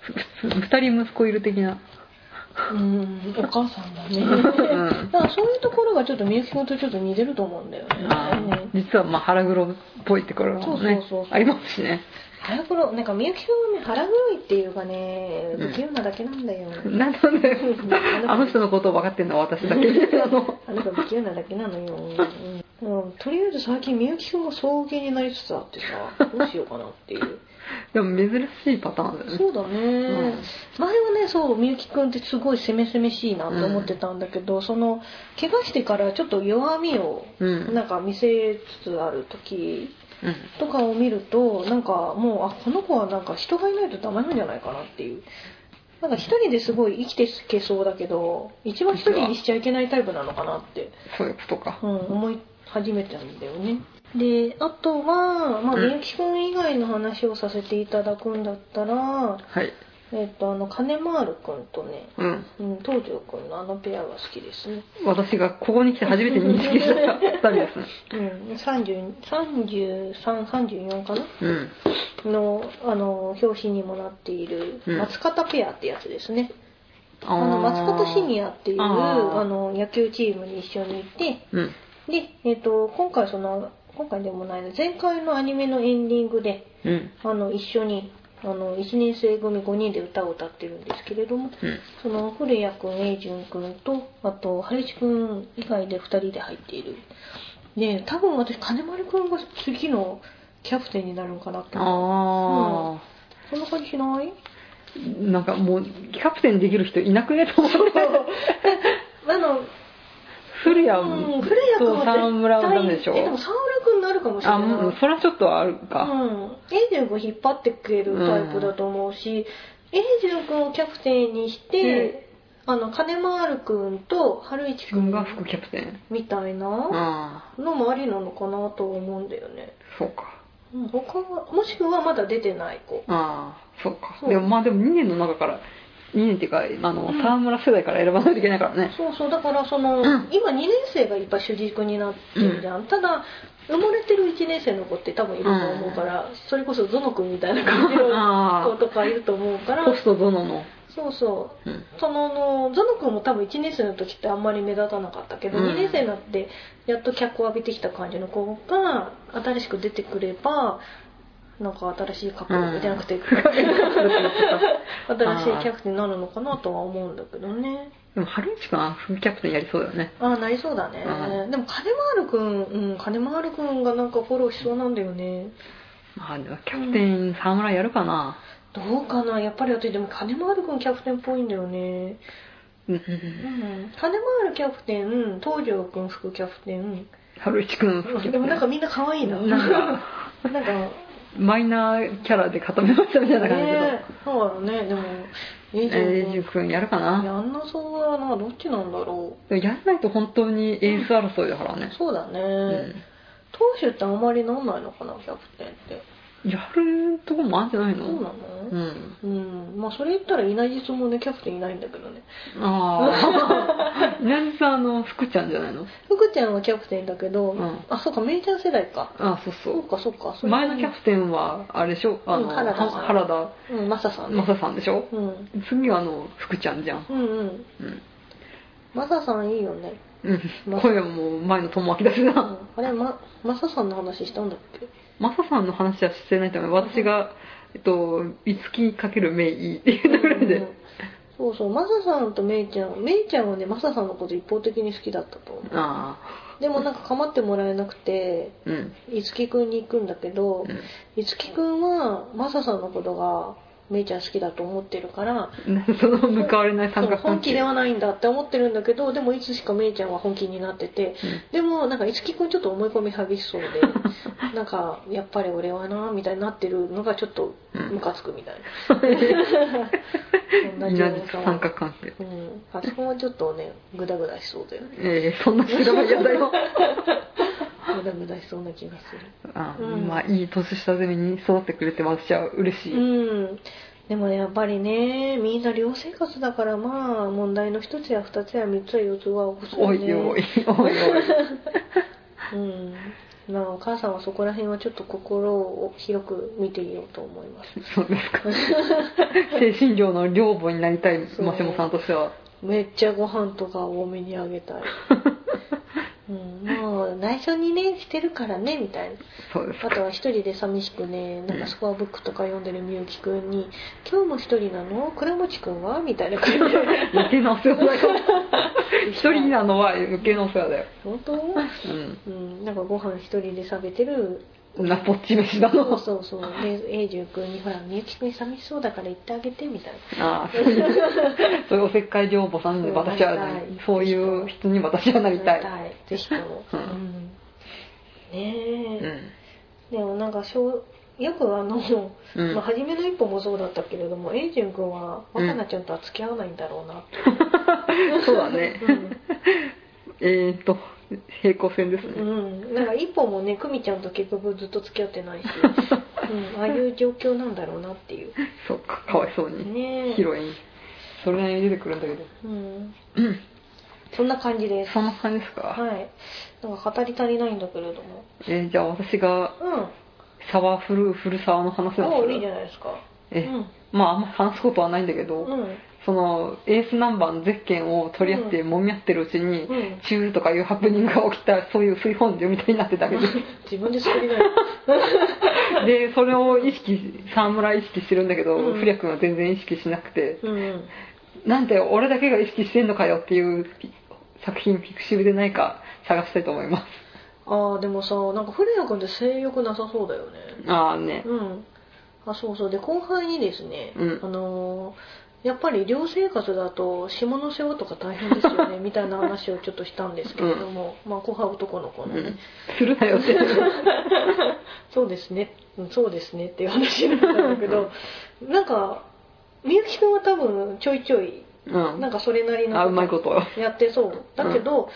S1: ふふ二人息子いる的な
S2: うん、お母さんだね
S1: う ん
S2: だからそういうところがちょっとみゆき君とちょっと似てると思うんだよね、
S1: あ
S2: うん
S1: ー実はまあ腹黒っぽいってころもね
S2: そうそうそう
S1: ありますしね
S2: 腹黒なんかみゆきさんはね腹黒いっていうかね
S1: うん
S2: 不器用なだけなんだよ、
S1: なんだね
S2: うん
S1: あの人のことを分かってるのは私だけみたいなの
S2: あなた不器用なだけなのよ、うんうんとりあえず最近みゆきくんが送迎になりつつあってさどうしようかなっていう
S1: でも珍しいパターンだよね
S2: そうだね、
S1: ん
S2: 前はねそうみゆきくんってすごい攻め攻めしいなと思ってたんだけど、その怪我してからちょっと弱みを
S1: うん
S2: なんか見せつつある時
S1: うん
S2: とかを見るとなんかもうあこの子はなんか人がいないとダメなんじゃないかなっていうなんか一人ですごい生きていけそうだけど一番一人にしちゃいけないタイプなのかなって、
S1: そういうことか
S2: うん、思い始めたんだよねであとは、まあ、
S1: うん
S2: みゆきくん以外の話をさせていただくんだったら、
S1: はい
S2: えっ、とあの金丸くんとね、
S1: うん。
S2: うん、東條くんのあのペアが好きですね。
S1: 私がここに来て初めて認識した2人ですね。
S2: うん、30 33、34かな
S1: うん。
S2: の、あの、表紙にもなっている、
S1: うん
S2: 松方ペアってやつですね。
S1: あ
S2: あの、松方シニ
S1: ア。
S2: アっていう、
S1: あー
S2: あの、野球チームに一緒にいて、
S1: うん。
S2: で、えっ、と、今回その、今回でもないの、前回のアニメのエンディングで、
S1: うん。
S2: あの、一緒に、あの、1年生組5人で歌を歌ってるんですけれど
S1: う
S2: も、
S1: ん。
S2: その古谷くん、英順くんと、あと、春一くん以外で2人で入っている。で、多分私、金丸くんが次のキャプテンになるのかなって思
S1: あ
S2: う。
S1: あ、
S2: そんな感じしない
S1: なんかもう、キャプテンできる人いなくねと思って。
S2: あの、
S1: 古
S2: うん、
S1: 谷
S2: 古谷くん
S1: と沢村はダメでしょ
S2: え、でも沢村くんになるかもしれ
S1: あ、
S2: ない。
S1: もう、それはちょっとあるか。
S2: うん、エイジュン君引っ張ってくれるタイプだと思うし、エイジュン君をキャプテンにして、あの金丸君と春一
S1: 自分
S2: 君
S1: が副キャプテン。
S2: みたいな
S1: ああ、
S2: のもありなのかなと思うんだよね、
S1: そうか。
S2: うん、他はもしくはまだ出てない子
S1: ああ、そうか。
S2: そう
S1: でもまあでも2年の中から、2年っていうか、あの、
S2: うん
S1: 沢村世代から選ばないといけないからね。
S2: そうそうだからその、
S1: うん
S2: 今2年生がいっぱい主軸になってるじゃん、ただ埋もれてる1年生の子って多分いると思うから、それこそゾノ君みたいな感じの子
S1: あ
S2: とかいると思うか
S1: あ、
S2: ら
S1: ホスト殿の。
S2: そうそう
S1: うん。
S2: そののゾノ君も多分1年生の時ってあんまり目立たなかったけど、
S1: うん
S2: 2年生になってやっと脚を浴びてきた感じの子が新しく出てくればなんか新しいカップルじゃなくて、 新しいキャプテンになるのかなとは思うんだけどね
S1: でも、春市君は副キャプテンやりそうだよね。
S2: ああなりそうだね、
S1: う
S2: でも金丸君うん金丸君がなんかフォローしそうなんだよね
S1: まあでも、キャプテン沢村やるかな。
S2: どうかなやっぱり私でも金丸君キャプテンっぽいんだよね
S1: うん。
S2: うん金丸キャプテン東條君副キャプテン
S1: 春市君副キャプテン。
S2: でもなんかみんな可愛い な。
S1: なんか、
S2: なんか、
S1: マイナーキャラで固めましたみたいな感じだ
S2: ねそうだろうね。でも、エイ
S1: け
S2: ジ
S1: ど。えー、
S2: 君
S1: ジュ君やるかな。
S2: やんなそうだな。どっちなんだろ
S1: でもやんないと本当にエース争いだから
S2: う。
S1: ね。
S2: そうだ
S1: う
S2: ね。
S1: ん。
S2: 投手ってあんまりなんないのかな、キャプテンって。
S1: やるとこもあんじゃない
S2: そうな
S1: の
S2: の
S1: うん。
S2: うん。まあ、それ言ったら、稲実もね、キャプテンいないんだけどね。
S1: ああ。 なんさ、あの、福ちゃんじゃないの
S2: 福ちゃんはキャプテンだけど
S1: うん、
S2: あ、そうか、メイちゃん世代か。
S1: あそうそ
S2: そ
S1: う。
S2: うか、そうか。それ
S1: 前のキャプテンは、あれでしょあの、
S2: うん原田さん
S1: 原田
S2: うん、マサさんね。
S1: 正さんでしょ
S2: うん。
S1: 次はあの、福ちゃんじゃん。
S2: うんうん。
S1: うん。
S2: マサさんいいよね。
S1: うん。声はもう前の友明だし
S2: う
S1: な。
S2: んあれ、ま、マサさんの話したんだっけ
S1: マサさんの話はしてないため、私が、えっと、いつきかけるめいいっていうぐらいで。
S2: そうそうマサさんとメイちゃんメイちゃんはねマサさんのこと一方的に好きだったと思う
S1: あ
S2: でもなんか構ってもらえなくて
S1: あ。うん。
S2: いつきくんに行くんだけどいつきくんはマサさんのことがメイちゃん好きだと思ってるから
S1: うん。その向かわれない
S2: そ
S1: 三
S2: う
S1: 角
S2: 本
S1: 関
S2: 気
S1: 係。
S2: ではないんだって思ってるんだけどでもいつしかメイちゃんは本気になっててでもなんかいつきくんちょっと思い込み激しそう でなんかやっぱり俺はなみたいになってるのがちょっとムカつくみたい な、
S1: うん。稲
S2: そんな状況
S1: 実三角関係。
S2: うん、あそこはちょっとねグダグダしそうだよね
S1: えー、そんな知らないやだよ。
S2: グダグダしそうな気がす
S1: あー
S2: うん
S1: まあ、いい年下攻めに育ってくれて私は嬉し
S2: る
S1: い。
S2: うんでもねやっぱりねみんな寮生活だからまあ問題の一つや二つや三つや四つは起こすよ
S1: お
S2: ね
S1: いおい、おいおい。
S2: うんまあお母さんはそこら辺はちょっと心を広く見ていようと思います
S1: そうです か。精神上の寮母になりたいマシモさんとしては。
S2: めっちゃご飯とか多めにあ げたい、うん、もう内緒にねしてるからねみたいな
S1: そうです
S2: あ
S1: か。
S2: とは一人で寂しくね、なんかスコアブックとか読んでるみゆきくんに、今日も一人なの倉持くんはみたいな感じで。
S1: 余計なお世話だよ。一人なのは余計なお世話だよ。
S2: 本当
S1: う
S2: うん、なんかご飯一人で食べてる。
S1: ん。なぽっち飯だ
S2: そう
S1: の。
S2: そうそう。で、永住くんに、ほら、みゆきくん寂しそうだから行ってあげて、みたい
S1: あ
S2: な。
S1: あ、そういう、そういうおせっかい寮母さんに私はなり、そういう人に私はなりたい。
S2: ぜひとも。
S1: う
S2: うん
S1: う
S2: ねえ、
S1: ん。
S2: でもなんかしょう、よくあの、
S1: うん
S2: まあ、初めの一歩もそうだったけれども、永住くんは若菜ちゃんとは付き合わないんだろうなって。
S1: そうだね。
S2: うん
S1: えーっと、平行線です
S2: う
S1: ね。
S2: ん、なんか一本もね、久美ちゃんと結局ずっと付き合ってないし、うん、ああいう状況なんだろうなっていう
S1: そうかかわいそうに、
S2: ねえ
S1: ヒロインそれなりに出てくるんだけど
S2: うんそんな感じです
S1: そんな感じですか、
S2: はいなんか語り足りないんだけれども
S1: えーじゃあ私が
S2: う
S1: シャワーフルフルサワーの話
S2: ん
S1: なん
S2: もう
S1: で
S2: いい
S1: すけ
S2: じゃ
S1: ど
S2: ないですか
S1: え
S2: うん
S1: まああんま話すことはないんだけど、
S2: うん
S1: そのエースナンバーのゼッケンを取り合って揉み合ってるうちに、
S2: うん
S1: チューとかいうハプニングが起きたそういう水本流みたいになってたけど
S2: 自分で作りない
S1: でそれを意識沢村意識してるんだけど、
S2: うん
S1: フリア君は全然意識しなくて、
S2: うん
S1: なんて俺だけが意識してんのかよっていう作品ピクシブでないか探したいと思います
S2: ああでもさなんか古谷君って性欲なさそうだよね
S1: ああね
S2: うんあそうそうで後輩にですね、
S1: うん
S2: あのーやっぱり寮生活だと下の世話とか大変ですよ ねみたいな話をちょっとしたんですけれども、まあ後輩男の子
S1: う
S2: のね、
S1: んするなよって
S2: そうですねうんそうですねっていう話だったんだけど なんかみゆきくんは多分ちょいちょい
S1: うん
S2: なんかそれなりの
S1: あうまいことよ
S2: やってそうだけど、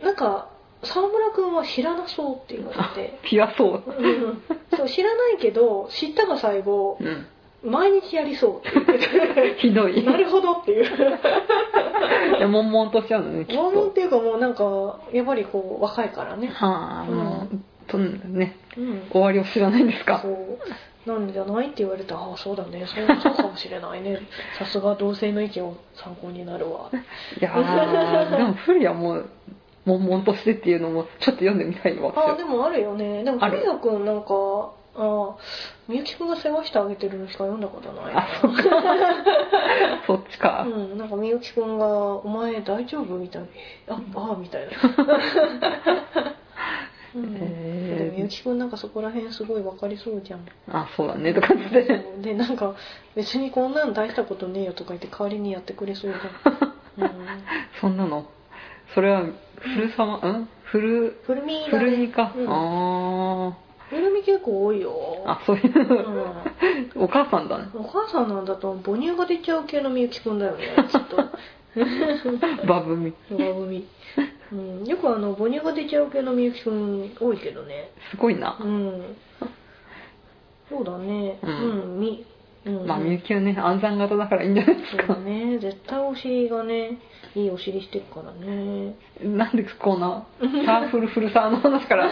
S2: なんか沢村くんは知らなそうって言われ て
S1: ピュアそう
S2: うんそう知らないけど知ったが最後
S1: うん
S2: 毎日やりそうって言って
S1: ひど い
S2: てなるほどっ ていう
S1: いや悶々としちゃうのねきっと
S2: 拷問っていうかもうなんかやっぱりこう若いからね
S1: はあもう、とんね
S2: うん
S1: 終わりを知らないんですか
S2: そうなんじゃないって言われてああそうだねそうそうかもしれな いねさすが同性の意見を参考になるわ
S1: いや ーでも古谷はもう悶々としてっていうのもちょっと読んでみたいよ私
S2: あ
S1: は
S2: あでもあるよねでも
S1: ある
S2: 古谷君なんかああみゆきくんが世話してあげてるのしか読んだことないな
S1: あそっ かそっちか、
S2: うん、なんかみゆきくんが「お前大丈夫?」みたいな「あああ」みたいな、 うん
S1: えー
S2: でもみゆきくんなんかそこら辺すごい分かりそう じゃん
S1: あそうだねとかって
S2: そうでなんか別にこんなの大したことねえよとか言って代わりにやってくれそう じゃん、うん、
S1: そんなのそれは古様うん古
S2: 古みが、ね、
S1: 古着か、
S2: うん
S1: あ
S2: 古み結構多いよ
S1: ああそういう
S2: う
S1: の、
S2: ん
S1: お母さんだね
S2: お母さんなんだと母乳が出ちゃう系のみゆきくんだよねちょっ と
S1: バブミ
S2: 弱組、うん、よくあの母乳が出ちゃう系のみゆきくん多いけどね
S1: すごいな
S2: う、んそうだねう、
S1: うん
S2: みうん、
S1: まあみゆきはね暗算型だからいいんじゃないです
S2: そうだ
S1: か、
S2: ね絶対お尻がねいいお尻してるからね
S1: なんでこんなサーフルフルサーの話から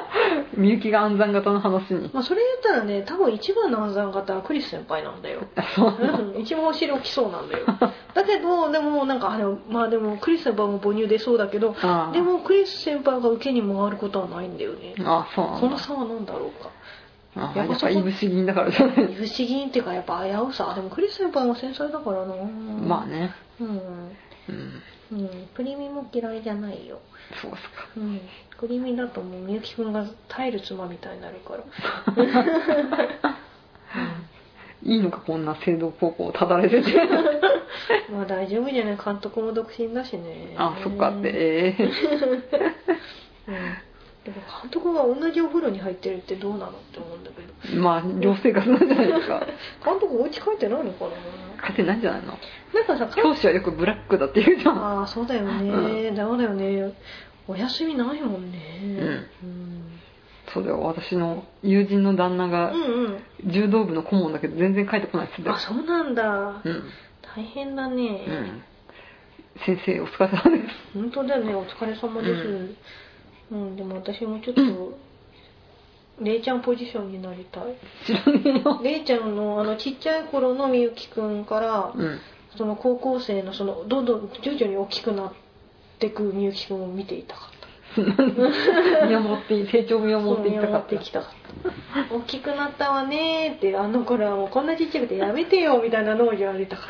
S1: みゆきが暗算型の話に
S2: まあそれ言ったらね多分一番の暗算型はクリス先輩なんだよ
S1: あそう
S2: うん一番お尻起きそうなんだ よだけどでもなんかあれまあでもクリス先輩も母乳出そうだけど
S1: ああ
S2: でもクリス先輩が受けに回ることはないんだよね
S1: あそうなんだ
S2: この差は何だろうか
S1: あや
S2: やっ
S1: っ
S2: ぱそ
S1: ぱ
S2: こ
S1: いぶし銀だからじゃな
S2: 不
S1: い
S2: 思議っていうかやっぱ危うさでもクリス先輩も繊細だからな
S1: まあね
S2: うん、
S1: うん
S2: うん、プリミも嫌いじゃないよ
S1: そうっす
S2: うんプリミだともうみゆきくんが耐える妻みたいになる から
S1: かいいのかこんな聖堂高校をただれ てて
S2: まあ大丈夫じゃない監督も独身だしね
S1: あそっかってええ
S2: うん、でも監督が同じお風呂に入ってるってどうなのって思うんだけど
S1: まあ寮生活なんじゃないですか
S2: 監督お家帰ってないのかな
S1: 勝てないんじゃないの
S2: なんかさ監
S1: 教師はよくブラックだって言うじゃん
S2: ああそうだよね、だめだよねお休みないもんねうん、
S1: そうだよ私の友人の旦那
S2: う
S1: が
S2: ん、うん
S1: 柔道部の顧問だけど全然帰ってこないっつってたよ
S2: あそうなんだ、
S1: うん
S2: 大変だね、
S1: うん先生お疲れ様です
S2: 本当だよねお疲れ様です
S1: うん
S2: うん、でも私もちょっとレイちゃんポジションになりたい
S1: 知らねえよ
S2: レイちゃんのあのちっちゃい頃のみゆきくんから
S1: うん
S2: その高校生のそのどんどん徐々に大きくなってくみゆきくんを見ていたかった
S1: 見守って成長を見守っていったかっ
S2: そう見守ってきたかった大きくなったわねーってあの頃はもうこんなちっちゃくてやめてよみたいなのを言われたか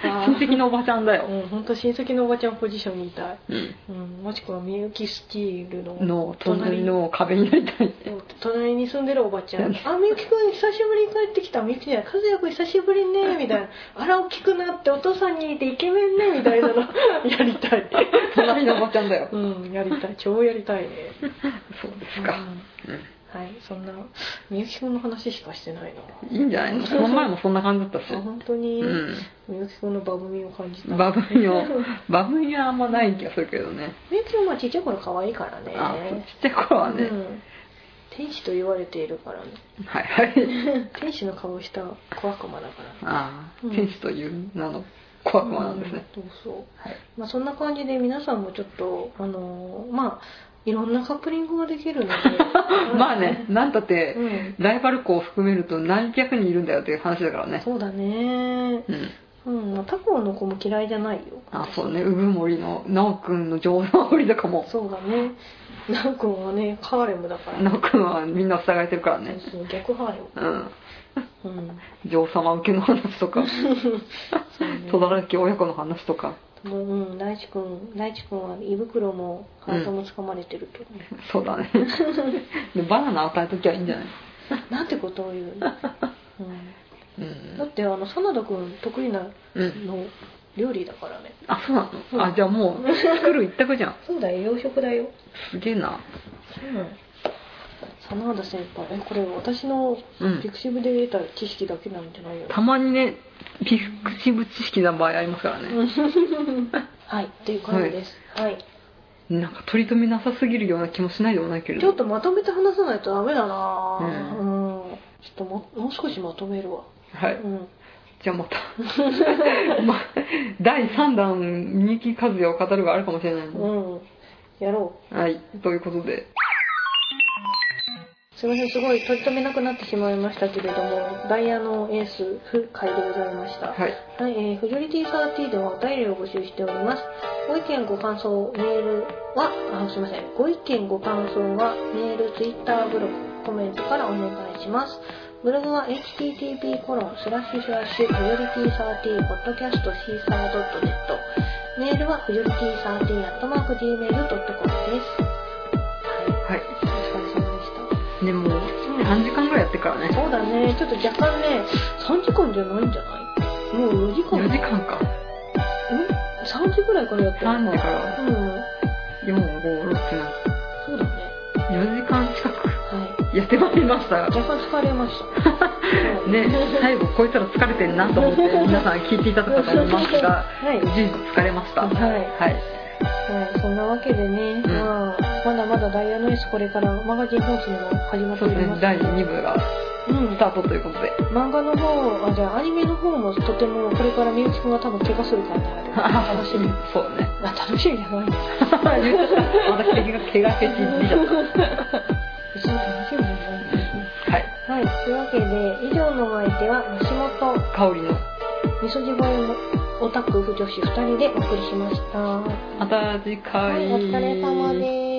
S1: た
S2: らあ
S1: 親
S2: ー
S1: 戚のおばちゃんだよ、
S2: うん本当親戚のおばちゃんポジションにいたい、
S1: うん、
S2: うん、もしくはみゆきスチールの
S1: の隣の壁になりたい
S2: 隣隣に住んでるおばちゃん「あみゆきくん久しぶりに帰ってきたみゆきじゃない和也くん久しぶりね」みたいな「あら大きくなってお父さんに似てイケメンね」みたいなの やりたい
S1: 隣のおばちゃんだよ
S2: うんやりたい超やりたいね
S1: そうですか、
S2: うんはいそんなみゆきくんの話しかしてないな
S1: うん、いいんじゃないのその前もそんな感じだったし
S2: あ本当に
S1: う
S2: みゆきくんのバブみを感じた
S1: んバブミ をバブミはあんまない気がするけどね
S2: みゆきくんはちっちゃい頃可愛いからね
S1: あちっちゃい頃はね、
S2: うん天使と言われているからね
S1: はいはい。
S2: 天使の顔をした小悪魔だから
S1: ああ、
S2: うん
S1: 天使という名の小悪魔なんですね。
S2: うんそうそう
S1: はい。、
S2: まあ、そんな感じで皆さんもちょっと、あのーまあ、いろんなカップリングができるので
S1: まあね、なんたって
S2: う、ん、
S1: ライバル校を含めると何百人いるんだよっていう話だからね。
S2: そうだね、
S1: うん。
S2: うんまあ、他校の子も嫌いじゃないよ
S1: あ、そうね、うぐもりの、なおくんの情報ぶりとかも、
S2: そうだねなおくんはねハーレムだから、
S1: なおくんはみんな疑えてるからね。
S2: そう逆ハーレム
S1: うん。
S2: うん
S1: 女王様受けの話とか、
S2: そうね
S1: とだらき親子の話とか、
S2: もううん大地君大地君は胃袋もハートも掴まれてる けどね、
S1: そう だね。で、バナナ与えときゃいいんじゃない
S2: なんてことを 言うの、うん、
S1: うん
S2: だ。ってあの真田君得意な
S1: うん。
S2: の料理だからね
S1: あ、そうな
S2: うん
S1: のあ、じゃあもう、作る一択じゃん。
S2: そうだよ洋食だよ
S1: すげえな。
S2: 真田先輩えこれ私の
S1: うん
S2: ピクシブで得た知識だけなんじゃないよ、
S1: たまにね、ピクシブ知識な場合ありますからね。
S2: はいっていう感じです、はい
S1: なんか取り留めなさすぎるような気もしないでもないけれど。
S2: ちょっとまとめて話さないとダメだな
S1: う
S2: うん、ちょっとももう少しまとめるわ
S1: は
S2: う
S1: い。
S2: ん
S1: じゃあまた。 ま第3弾、ミニキ和也を語るがあるかもしれないの
S2: うんやろう
S1: はい。ということで。
S2: すいませんすごい取り留めなくなってしまいましたけれどもダイヤのエース不回でございました
S1: はい。
S2: はい、えー、フジョリティサーティではお便りを募集しております。ご意見、ご感想、メールは、あ、すいません。ご意見、ご感想は、メール、ツイッター、ブログ、コメントからお願いします。ブログは http コロンスラッシュスラッシュフジョリティサーティーポッドキャストシーサー .net メールはフジョリティサーティーアットマーク gmail.com です。は
S1: は
S2: い、
S1: い。
S2: お疲れ様でした。
S1: ね、もう、3時間ぐらいやってからね。
S2: そうだね、ちょっと若干ね、3時間じゃないんじゃないもう4時間
S1: 4時間か。
S2: 3時ぐらいからやってる
S1: 3時から
S2: うん
S1: 4、5、6、7。
S2: そうだね
S1: 4時間近く
S2: は
S1: やってまいりました。
S2: い若干疲れました
S1: ね、
S2: はい
S1: 最後こいつら疲れてんなと思って皆さん聞いていただいたと思いますが、
S2: はい
S1: 事実疲れました。
S2: はい
S1: はい。
S2: はいそんなわけでね、
S1: うん
S2: まあ、まだまだダイヤのエースこれからマガジン放送も始まって
S1: そう
S2: お
S1: で
S2: り
S1: す
S2: ま
S1: ね、
S2: す
S1: 第2部が
S2: うん
S1: スタートということで。
S2: 漫画の方あじゃあアニメの方もとてもこれからみゆきくんが多分怪我するからねあれ楽しみ
S1: そうだね。
S2: あ楽しみじゃないです
S1: ま た怪我ヘチ出ちゃっ
S2: 別に楽しみじゃないです
S1: た。はい。
S2: はいというわけで以上のお相手は吉本
S1: 香りの。
S2: みそじ声のオタク婦女子2人でお送りしました。は
S1: また次回。
S2: い、お疲れ様です。